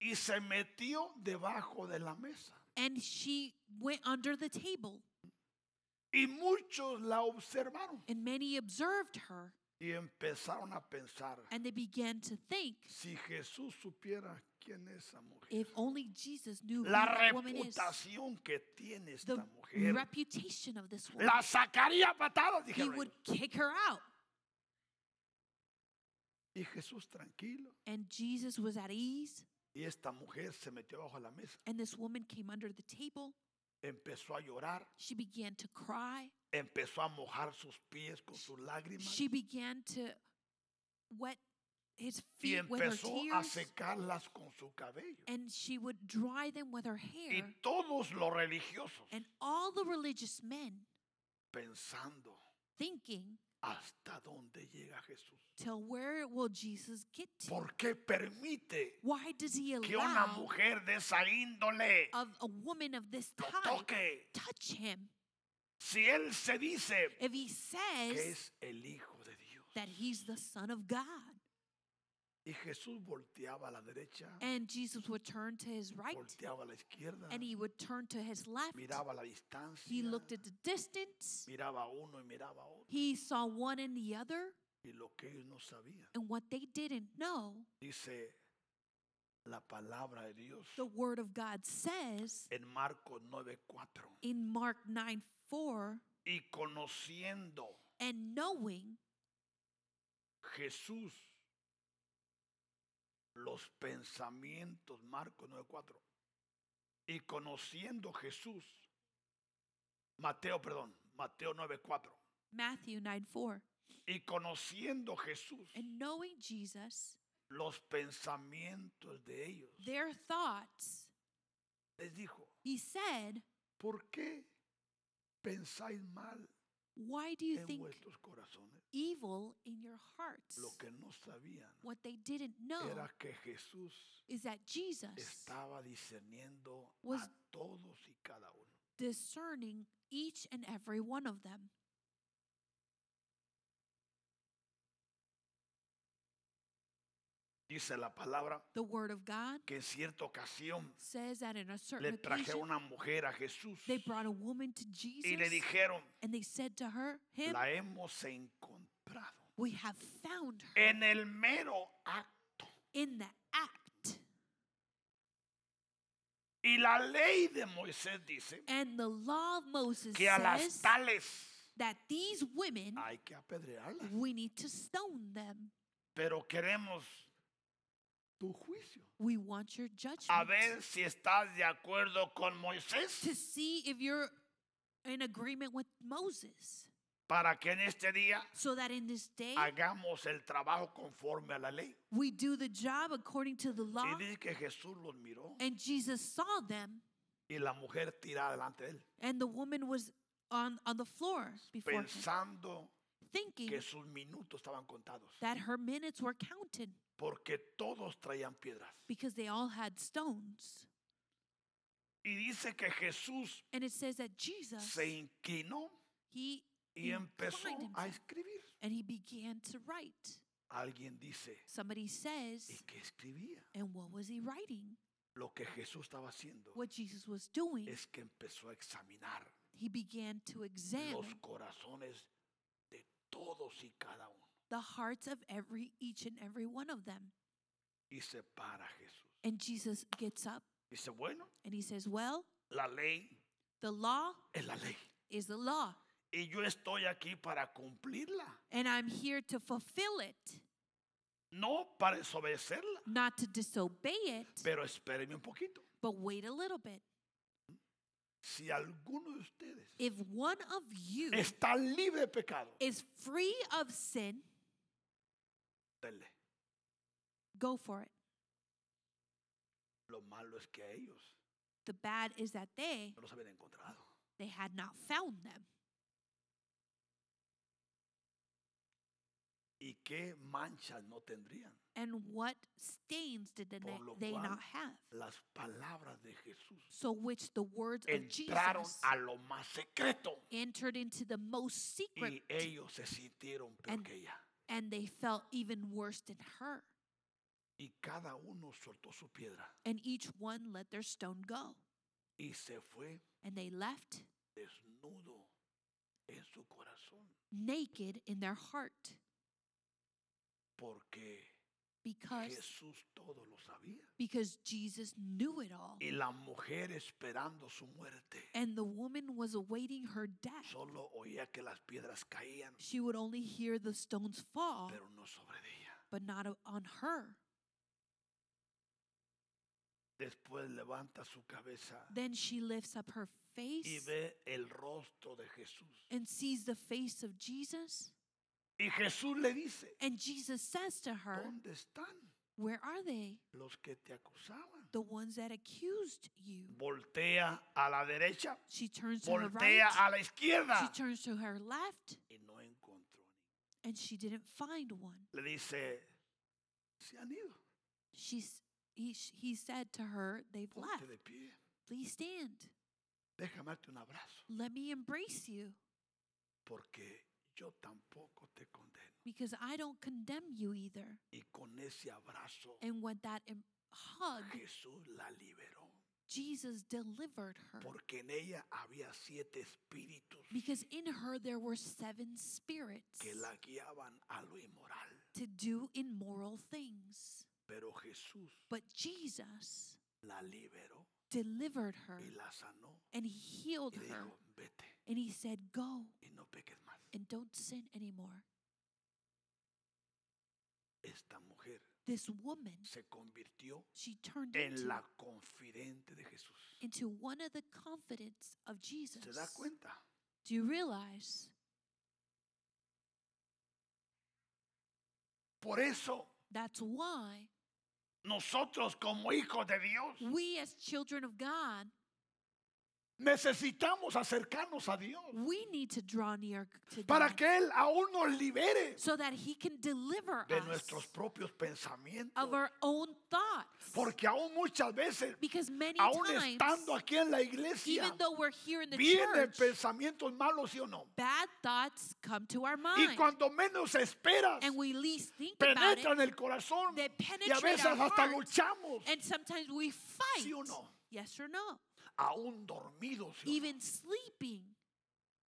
y se metió debajo de la mesa. and she went under the table, Y muchos la observaron. and many observed her, Y empezaron a pensar, and they began to think, si Jesús supiera quién es esa mujer, if only Jesus knew who la that woman is, reputación que tiene the esta mujer, reputation of this woman, la sacaría a patadas, he dijeron. would ellos. kick her out. Y Jesús tranquilo. And Jesus was at ease, Y esta mujer se metió bajo la mesa, and this woman came under the table. empezó a llorar, She began to cry. empezó a mojar sus pies con sus lágrimas she began to wet his y feet with her empezó a tears secarlas con su cabello. and she would dry them with her Y hair todos los religiosos and all the religious men pensando thinking hasta dónde llega Jesús. till where will jesus get to ¿Por qué permite why does he que una allow mujer de esa índole of a woman of this lo type toque? touch him Si él se dice if he que says es el Hijo de Dios. that he's the Son of God. Y Jesús volteaba a la derecha, And Jesus would turn to his right volteaba a la izquierda, and he would turn to his left. miraba a la He distancia, looked at the distance. miraba a uno y miraba a otro. He saw one and the other. Y lo que ellos no sabían. And what they didn't know, Dice la palabra de Dios the Word of God says en Marcos 9:4. in Mark 9 4, Y conociendo and knowing Jesús los pensamientos, Marcos 9:4. Y conociendo Jesús, Mateo, perdón, Mateo 9:4. Matthew 9 4, Y conociendo Jesús and knowing Jesus, los pensamientos de ellos, their thoughts, les dijo, he said, ¿por qué pensáis mal Why do you en think vuestros corazones? evil in your hearts? Lo que no sabían What they didn't know era que Jesús is that Jesus estaba discerniendo Was- a todos y cada uno. discerning each and every one of them. Dice la palabra The Word of God que en cierta ocasión says that in a le certain traje occasion, una mujer a Jesús they brought a woman to Jesus y le dijeron, and they said to her, Him, la hemos encontrado we have found her en el mero acto. in the act. Y la ley de Moisés dice And the law of Moses que a las says tales that these women, hay que apedrearlas. we need to stone them. Pero queremos tu juicio. We want your A judgment ver si estás de acuerdo con to Moisés see if you're in agreement with Moses. para que en este día so that in this day hagamos el trabajo conforme a la ley. we do the job according to the law. Y dice que Jesús los miró And Jesus saw them, y la mujer tirada delante de él, and the woman was on, on the floor before him, pensando que thinking sus minutos estaban contados, that her minutes were counted porque todos traían piedras. because they all had stones. Y dice que Jesús And it says that Jesus, se inclinó he y empezó inclined a himself, escribir. and he began to write. Alguien dice, Somebody ¿y says, qué escribía? and what was he writing? Lo que Jesús estaba haciendo What Jesus was doing, es que empezó a examinar he began to los examine corazones de todos y cada uno. the hearts of every each and every one of them. Y se para Jesús. And Jesus gets up Dice, bueno, and he says, Well, la ley The law es la ley. is the law, Y yo estoy aquí para cumplirla, and I'm here to fulfill it, no para desobedecerla. not to disobey it, Pero espéreme un poquito. but wait a little bit. Si alguno de ustedes If one of you está libre de pecado, is free of sin, denle. go for it. Lo malo es que a ellos The bad is that they no los habían encontrado. they had not found them. ¿Y qué manchas no tendrían? And what stains did the Por na- lo they cual, not have? Las palabras de Jesús So which the words of entraron Jesus a lo más secreto entered into the most secret, y ellos se sintieron peor And- que ella. and they felt even worse than her. Y cada uno soltó su piedra And each one let their stone go, y se fue and they left desnudo en su corazón naked in their heart porque because Jesús todo lo sabía. because Jesus knew it all Y la mujer esperando su muerte and the woman was awaiting her death solo oía que las piedras caían, she would only hear the stones fall pero no sobre ella. but not o- on her Después levanta su cabeza then she lifts up her y face ve el rostro de Jesús. and sees the face of Jesus Y Jesús le dice, and Jesus says to her ¿dónde están where are they los que te acusaban? the ones that accused you Voltea a la derecha, she turns to her voltea right a la she izquierda turns to her left y no encontró. and she didn't find one Le dice, se han ido, she's he, sh- he said to her they've ponte left de pie. Please stand. déjame darte un abrazo, Let me embrace you porque yo tampoco te condeno. because I don't condemn you either. Y con ese abrazo And with that em- hug, Jesús la liberó, Jesus delivered her porque en ella había siete espíritus because in her there were seven spirits que la guiaban a lo inmoral. to do immoral things. Pero Jesús But Jesus la liberó delivered her y la sanó and he healed y le her dijo, vete and he said, Go y no peques más. and don't sin anymore. Esta mujer This woman, se convirtió she turned en into, la confidente de Jesús. into one of the confidence of Jesus. ¿Se da cuenta? Do you realize? Por eso That's why nosotros como hijos de Dios we, as children of God, necesitamos acercarnos a Dios we need to draw near g- to para God que Él aún nos libere so that He can deliver de us nuestros propios pensamientos. of our own thoughts. Porque aún muchas veces, because many aún times, estando aquí en la iglesia, even though we're here in the vienen church, pensamientos malos, ¿sí o no? bad thoughts come to our Y mind. cuando menos esperas, and we least think about it. penetran el corazón They y a penetrate veces our hasta hearts. luchamos, And sometimes we fight. ¿sí o no? Yes or no? Aún dormidos, ¿sí o no? Even sleeping,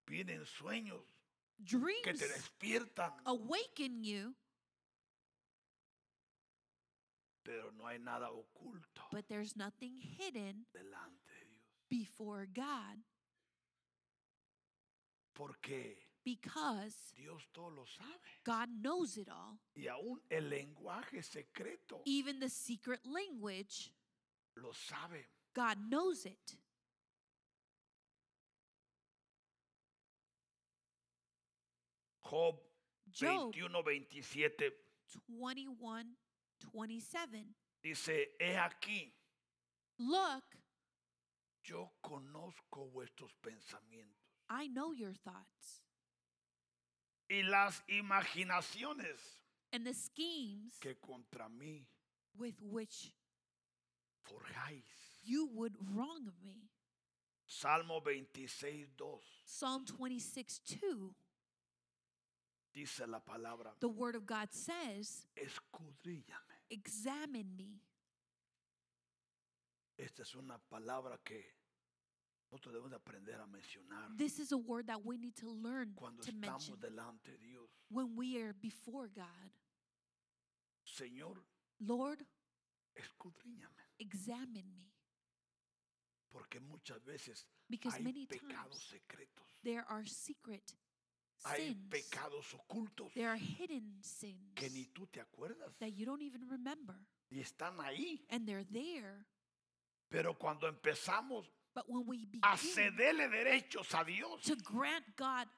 vienen sueños que dreams te despiertan, awaken you, pero no hay nada oculto but there's nothing hidden delante de Dios. before God Porque because Dios todo lo sabe. God knows it all. Y aún el lenguaje secreto Even the secret language, lo sabe. God knows it. Job Job 21:27 21 27. dice, he aquí, Look, yo conozco vuestros pensamientos I know your thoughts y las imaginaciones and the schemes que contra mí with which forjáis. you would wrong me. Salmo 26:2 Psalm 26 2, dice la palabra, the word of God says, escudríllame. Examine me. Esta es una palabra que nosotros debemos de aprender a mencionar This is a word that we need to learn cuando to mention estamos delante de Dios. when we are before God. Señor, Lord, escudriñame. examine me. Porque muchas veces Because hay many pecados times secretos, there are secret hay sins, pecados ocultos there are hidden que ni sins tú te acuerdas that you don't even remember, y están ahí. and they're there. Pero cuando empezamos But when we a begin cederle derechos a Dios to grant God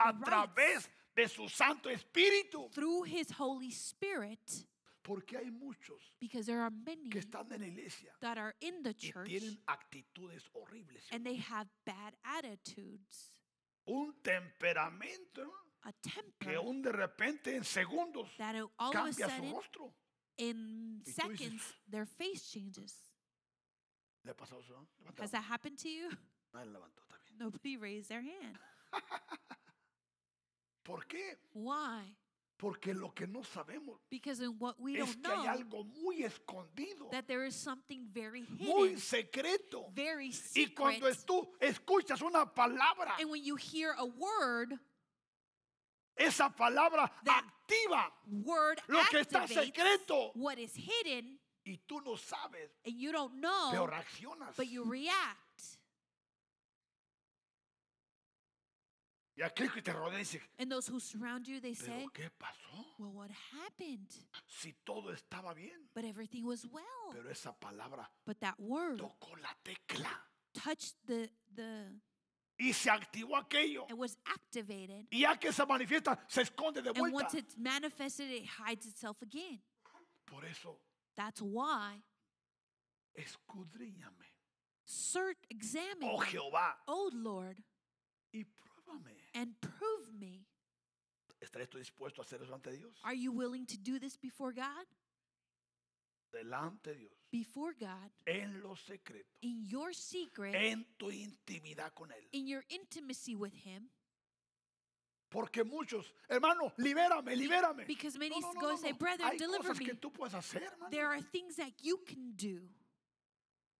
a rights. través de su Santo Espíritu, through His Holy Spirit, porque hay muchos because there are many que están en la iglesia that are in the y church tienen actitudes horribles. and they have bad attitudes, un temperamento a que temper un de repente en segundos that it- all of a cambia su sudden, rostro. in Y tú dices, seconds, their face changes. ¿Le ha pasado eso? no? Levanta la Has that happened to you? mano. Nadie levantó, está bien. Nobody raised their hand. ¿Por qué? Why? Porque lo que no sabemos Because in what we es don't que hay know, algo muy escondido, that there is something very muy hidden, secreto. very Y cuando secret. es- tú escuchas una palabra, And when you hear a word, esa palabra That- activa word lo que está activates secreto what is hidden, y tú no sabes, and you don't pero know, reaccionas. Oh, but you react. Y aquel que te rodea dice, And those who surround you, they say, ¿pero qué pasó? Well, what happened? Si todo estaba bien, But everything was well. pero esa palabra But that word tocó la tecla touched the, the, y se activó aquello. it was activated. Y ya que se manifiesta, se esconde de And vuelta. once it's manifested, it hides itself again. Por eso, That's why, escudriñame, search, examine, oh me, Jehová, O Lord, y pruébame. and prove me. ¿Estaré tú dispuesto a hacer eso ante Dios? Are you willing to do this before God? delante de Dios, before God en lo secreto, in your secret, en tu intimidad con Él. in your intimacy with Him. Porque muchos, hermano, libérame, libérame. Because many Eh. No, no, no, go no, say, no. "Brother, Hay deliver cosas me." que tú puedes hacer, hermano, There are things that you can do.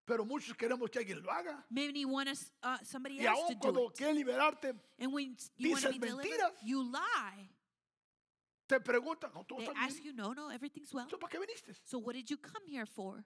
pero muchos queremos que alguien lo haga. Many want us, uh, somebody Y else aún to do cuando it. quieres liberarte, And when you want to be dicen delivered, mentiras. you lie. te preguntan, no, tú They estás ask bien. you, no, no, everything's well. ¿Tú para qué viniste? So what did you come here for?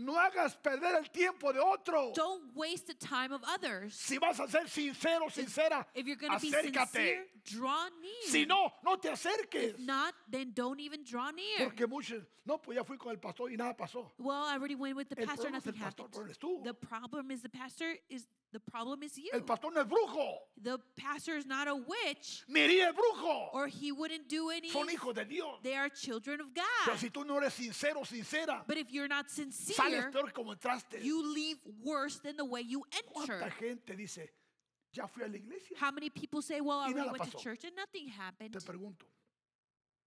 No hagas perder el tiempo de otro. Don't waste the time of others. Si vas a ser sincero, sincera, If you're going to be sincere, acércate. draw near. Si no, no te acerques. Not, then don't even draw near. Porque muchos, no, pues ya fui con el pastor y nada pasó. Well, I already went with the El pastor, problema es el nothing pastor, happened. pero eres tú. The problem is the pastor is the problem is you. El pastor no es brujo. The pastor is not a witch, Miri es brujo. or he wouldn't do any. Son hijos de Dios. They are children of Pero God. si tú no eres sincero, sincera, But if you're not sales sincere, peor como entraste. you leave worse than the way you ¿Cuánta enter. gente dice, ya fui a la iglesia? How many people say, Well, I Y already nada went to pasó. church and nothing happened? Te pregunto,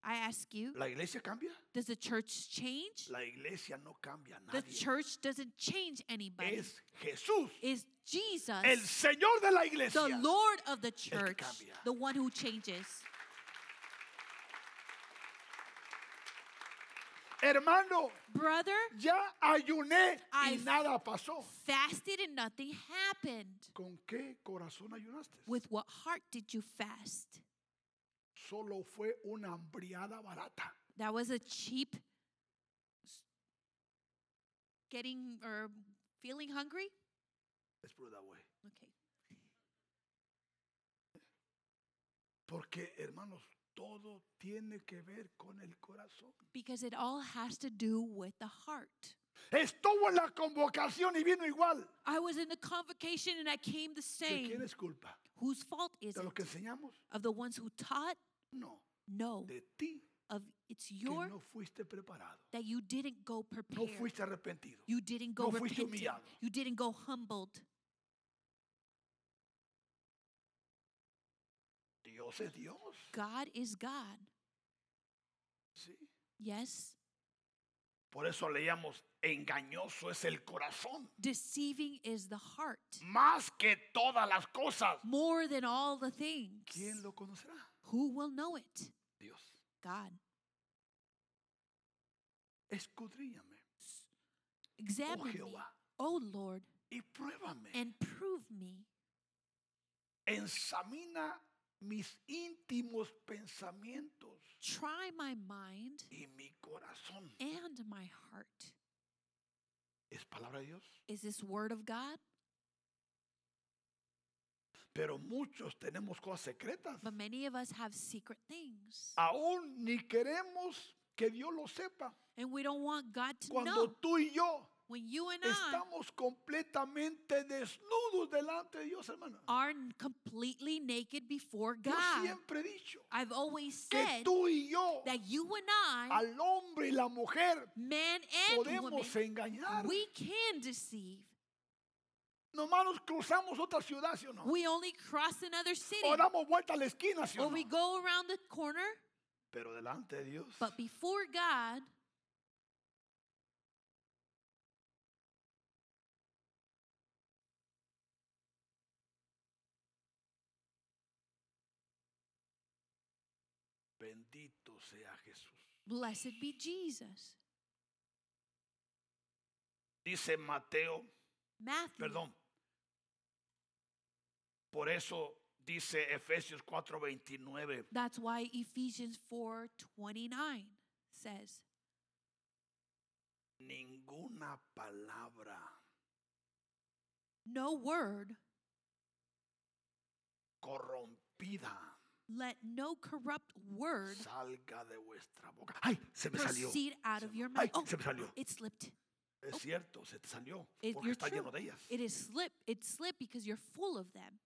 I ask you, ¿la iglesia cambia? does the church change? La iglesia no cambia a The nadie. church doesn't change anybody. Es Jesús, Is el Jesus Señor de la the iglesia. Lord of the church, cambia. the one who changes? Hermano, Brother, ya ayuné y Ay. nada pasó. fasted and nothing happened. ¿Con qué corazón ayunaste? With what heart did you fast? Solo fue una hambriada barata. That was a cheap s- getting or feeling hungry? Let's put it that way. Okay. Porque, hermanos, todo tiene que ver con el corazón. Because it all has to do with the heart. Estuvo en la convocación y vino igual. I was in the convocation and I came the ¿De same. quién es culpa? Whose fault is ¿De it? los que enseñamos? Of the ones who taught? No. No. De ti Of it's que your no fuiste preparado. that you didn't go No prepared. fuiste arrepentido. You didn't go no fuiste repenting. humillado. You didn't go humbled. Dios es Dios. God is God. Sí. Yes. Por eso leíamos, engañoso es el corazón. Deceiving is the heart. Más que todas las cosas. More than all the things. ¿Quién lo conocerá? Who will know it? Dios. God. Escudríñame, oh Examine me, Jehová, O Lord, y pruébame. and prove me. Examina mis íntimos pensamientos Try my mind y mi corazón. and my heart. Es palabra de Dios. Is this word of God? Pero muchos tenemos cosas secretas. But many of us have secret things. Ah. Aún ni queremos que Dios lo sepa. And we don't want God to know. Cuando tú y yo When you and I estamos completamente desnudos delante de Dios, hermano. are n- completely naked before Yo Oh, God. siempre he dicho I've always que said tú y yo, that you and I, al hombre y la mujer, man and woman, podemos engañar. we can deceive. Nomás nos cruzamos otra ciudad, ¿sí o no? We only cross another city O damos vuelta a la esquina, ¿sí o or no? we go around the corner, Pero delante de Dios, but before God, bendito sea Jesús. blessed be Jesus. Dice Mateo, Matthew. perdón. Por eso dice Efesios 4:29, That's why Ephesians 4:29 says, ninguna palabra "No word corrompida let no corrupt word salga de vuestra boca. Ay, se me salió. proceed out of your mouth." Ay, se me salió. it slipped. Es cierto, se te salió It, porque you're está lleno true. de ellas. It is slip. It slipped because you're full of them.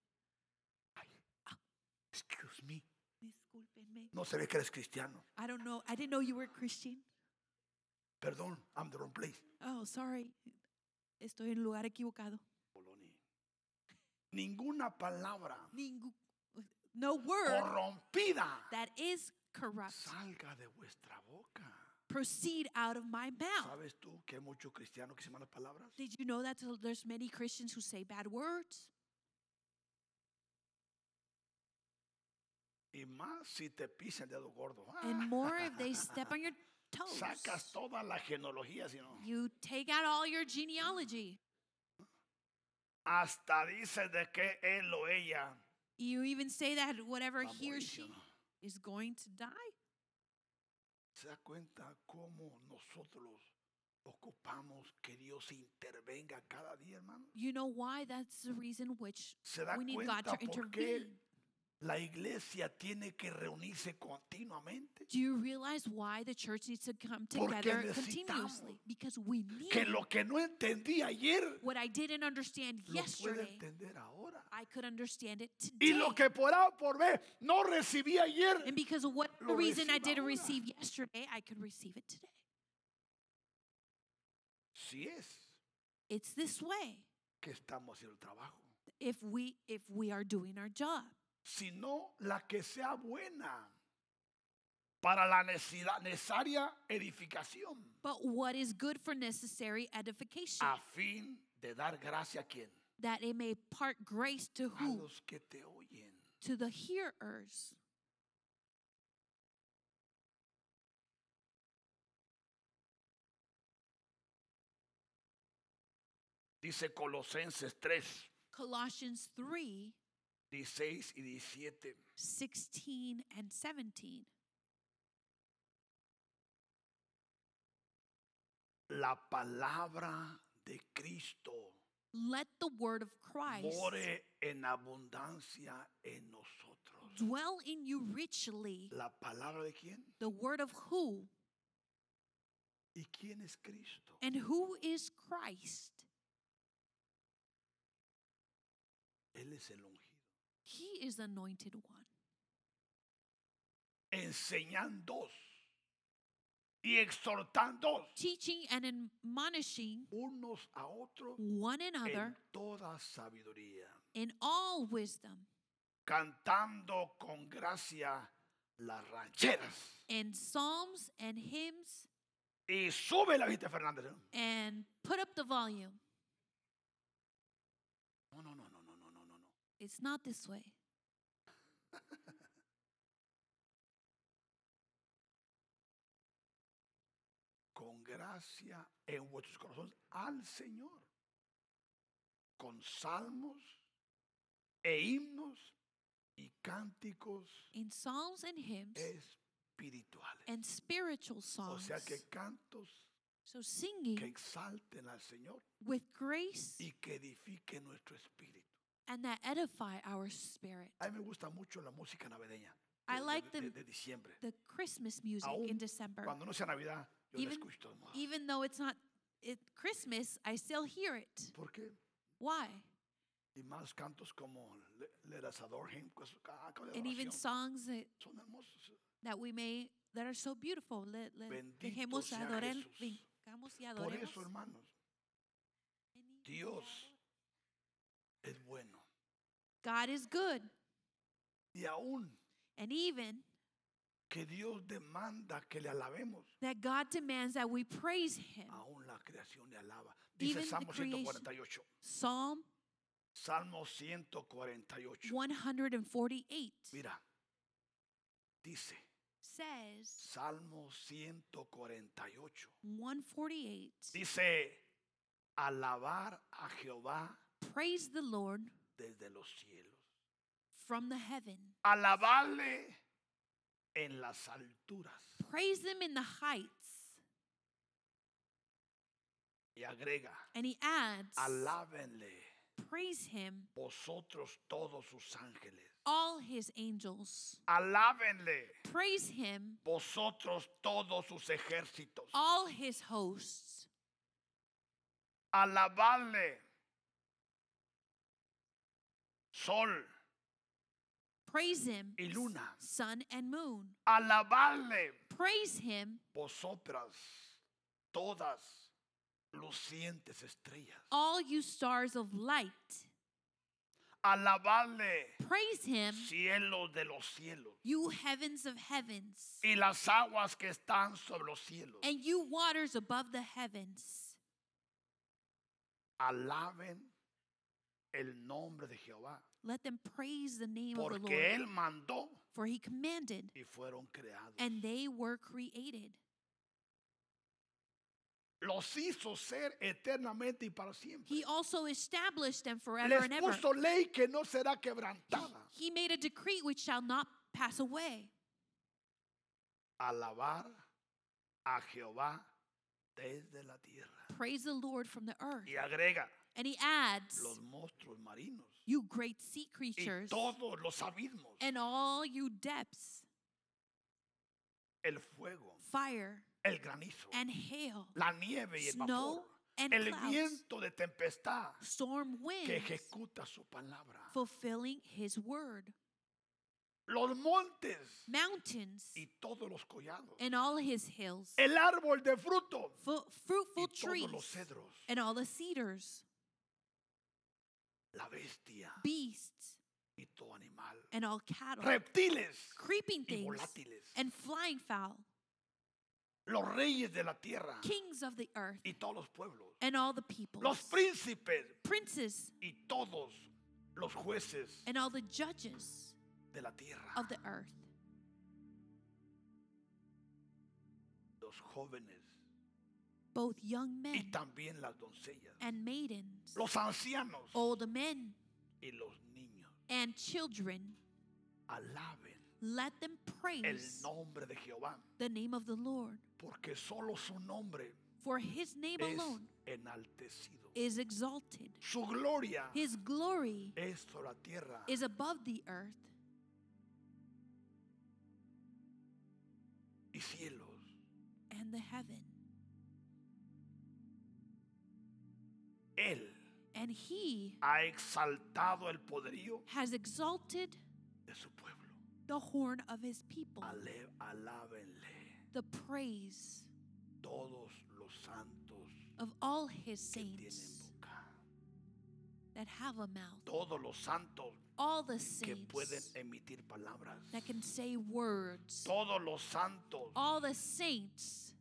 Excuse me. Discúlpenme. No se ve que eres cristiano. I don't know. I didn't know you were Christian. Perdón, I'm the wrong place. Oh, sorry. Estoy en lugar equivocado. Poloni. Ninguna palabra Ningú- No word corrompida that is corrupt salga de vuestra boca. proceed out of my mouth. ¿Sabes tú que hay muchos cristianos que se malas palabras? Did you know that till- there's many Christians who say bad words? Y más si te pisa el dedo gordo. Ah, And more if they step on your toes. sacas toda la genealogía, si no. You take out all your genealogy. Hasta dices de que él o ella You even say that whatever va a he or morir, she ¿sí o no? is going to die. ¿Se da cuenta cómo nosotros ocupamos que Dios intervenga cada día, hermano? You know why? That's the reason which ¿Se da we need God cuenta to por qué intervene. la iglesia tiene que reunirse continuamente? Do you realize why the church needs to come Porque together necesitamos continuously? Because we need Que it. lo que no entendí ayer what I didn't understand lo puedo yesterday, entender ahora. I could understand it Y today. Em- lo que por A o por B no recibí ayer, And because of what lo reason I reciba didn't ahora. receive yesterday, I could receive it today. si es It's this way. que estamos haciendo el trabajo. If we if we are doing our job, sino la que sea buena para la necesidad, necesaria edificación, but what is good for necessary edification, a fin de dar gracia a quien, that it may part grace to a who los que te oyen. to the hearers. Dice Colosenses 3, Colossians 3, 16 y 17. 16 and 17. La palabra de Cristo Let the word of Christ more en abundancia en nosotros. dwell in you richly. ¿La palabra de quién? The word of who ¿Y quién es Cristo? and who is Christ? Él es el ungido. He is the anointed one. Enseñando y exhortando Teaching and admonishing unos a otros one en another toda sabiduría, in all wisdom cantando con gracia las rancheras. and psalms and hymns Y sube la vista Fernández. ¿no? and put up the volume. No, no, no, no, no, no, no, no, no. It's not this way. Con gracia en vuestros corazones al Señor. Con salmos e himnos y cánticos In psalms and hymns espirituales. and spiritual O songs. sea que cantos So que singing exalten al Señor with grace y que edifiquen nuestro espíritu. and that edify our spirit. A mí me gusta mucho la música navideña. I de- de- like de, the- de diciembre. The Christmas music in Aún December. Cuando no sea Navidad, yo la Even- escucho de todos modos. Even though it's not it, Christmas, I still hear it. ¿Por qué? Why? Y más cantos como Le- Let Us Adore Him, cosas- ah, cosas de And even adoración. songs that, son hermosos. that we may that are so beautiful. Le, le, Bendito dejemos sea adorar, Jesús. vengamos y Por adoremos. eso, hermanos, Venid y Dios es bueno. ador- God is good. Y aún And even que Dios demanda que le alabemos, that God demands that we praise him. aún la creación le alaba. Dice Even the Salmo creation. 148. Psalm Salmo 148. 148 Mira, dice says Salmo 148. 148 Dice, alabar a Jehová praise the Lord desde los cielos. from the heaven. Alabarle en las alturas. Praise him in the heights. Y agrega, And he adds, alábenle Praise him, vosotros todos sus ángeles. all his angels. Alábenle Praise him, vosotros todos sus ejércitos. all his hosts. Alabarle sol Praise him, y luna. sun and moon. Alabarle Praise him, vosotras todas lucientes estrellas. all you stars of light. Alabadle, Praise him, cielos de los cielos, you heavens of heavens, y las aguas que están sobre los cielos. and you waters above the heavens. Alaben el nombre de Jehová, Let them praise the name of the porque Lord, Él mandó for he commanded, y fueron creados. and they were created. Los hizo ser eternamente y para siempre. He also established them forever Les and ever. puso ley que no será quebrantada. He made a decree which shall not pass away. Alabar a Jehová desde la tierra. Praise the Lord from the earth. Y agrega And he adds, los monstruos marinos You great sea y creatures, todos los abismos, and all you depths, el fuego, fire el granizo, and hail, la nieve y el snow vapor, and el clouds, viento de tempestad storm que winds, ejecuta su palabra, fulfilling his word, los montes mountains y todos los collados, and all his hills, el árbol de fruto fu- fruitful y todos los trees cedros, and all the cedars, la bestia beasts y todo animal, and all cattle, reptiles creeping y things volátiles, and flying fowl, los reyes de la tierra kings of the earth y todos los pueblos, and all the peoples, los príncipes princes y todos los jueces and all the judges de la tierra, of the earth, los jóvenes both young men y también las doncellas, and Oh. maidens, los ancianos old men y los niños. and children. Alaben Let them el praise nombre de Jehová, the name of the Lord, porque solo su nombre for his name es alone enaltecido. is exalted. Su gloria His glory es sobre la tierra. is above the earth y cielos. and the heaven, Él and he ha exaltado el poderío has exalted de su pueblo. the horn of his people. Ale- alábenle The praise todos los santos of all his que tienen saints boca. that have a mouth, Todos los santos all the que pueden saints emitir palabras. that can say words, Todos los santos, all the saints,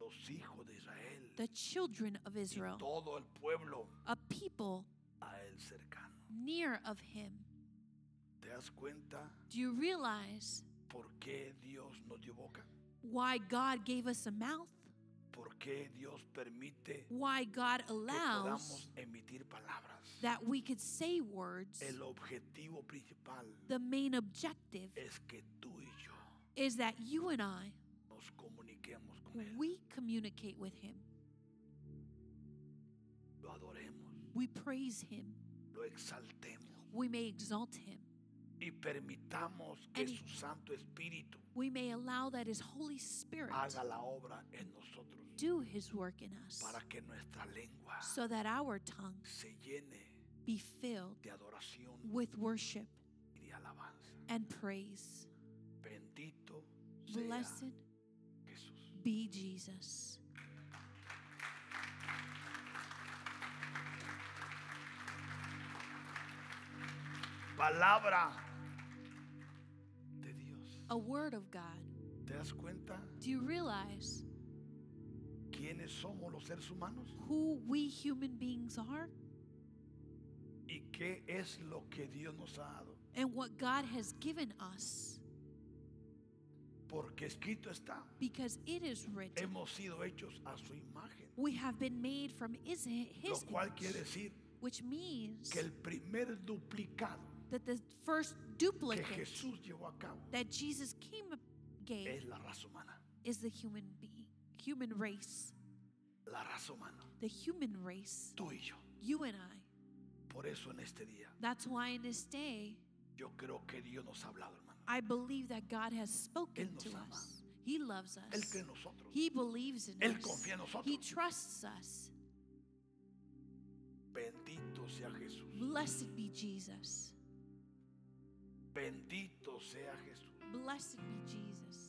los hijos de Israel. the children of y Israel, todo el pueblo a people a él cercano. near of him. ¿Te das cuenta Do you realize por qué Dios nos dio boca? why God gave us a mouth? ¿Por qué Dios permite Why God que allows podamos emitir palabras? that we could say words? El objetivo principal The main objective es que tú y yo is that you and I, nos comuniquemos con Él, we communicate with him, lo adoremos, we praise him, lo exaltemos we may exalt him, y permitamos que And- su Santo Espíritu we may allow that his Holy Spirit haga la obra en nosotros do his work in us para que nuestra lengua so that our tongue se llene be filled de adoración with worship y de alabanza. and praise. Bendito sea Blessed Jesús. be Jesus. Palabra de Dios. A word of God. ¿Te das cuenta Do you realize quiénes somos los seres humanos? who we human beings are ¿Y qué es lo que Dios nos ha dado? and what God has given us? Porque escrito está. Because it is written, Hemos sido hechos a su imagen. we have been made from his, Lo his cual image, quiere decir which means que el primer duplicado that the first que duplicate Jesús llevó a cabo that Jesus came es gave la raza humana. is the human being, human race, La raza humana. the human race, Tú y yo. you and I. Por eso en este día That's why in this day, yo creo que Dios nos ha hablado, hermano. I believe that God has spoken Él nos to ama. us. He loves Él cree us. en nosotros. He believes in Él us. confía en nosotros. He trusts us. Bendito sea Jesús. Blessed be Jesus. Bendito sea Jesús. Blessed be Jesus.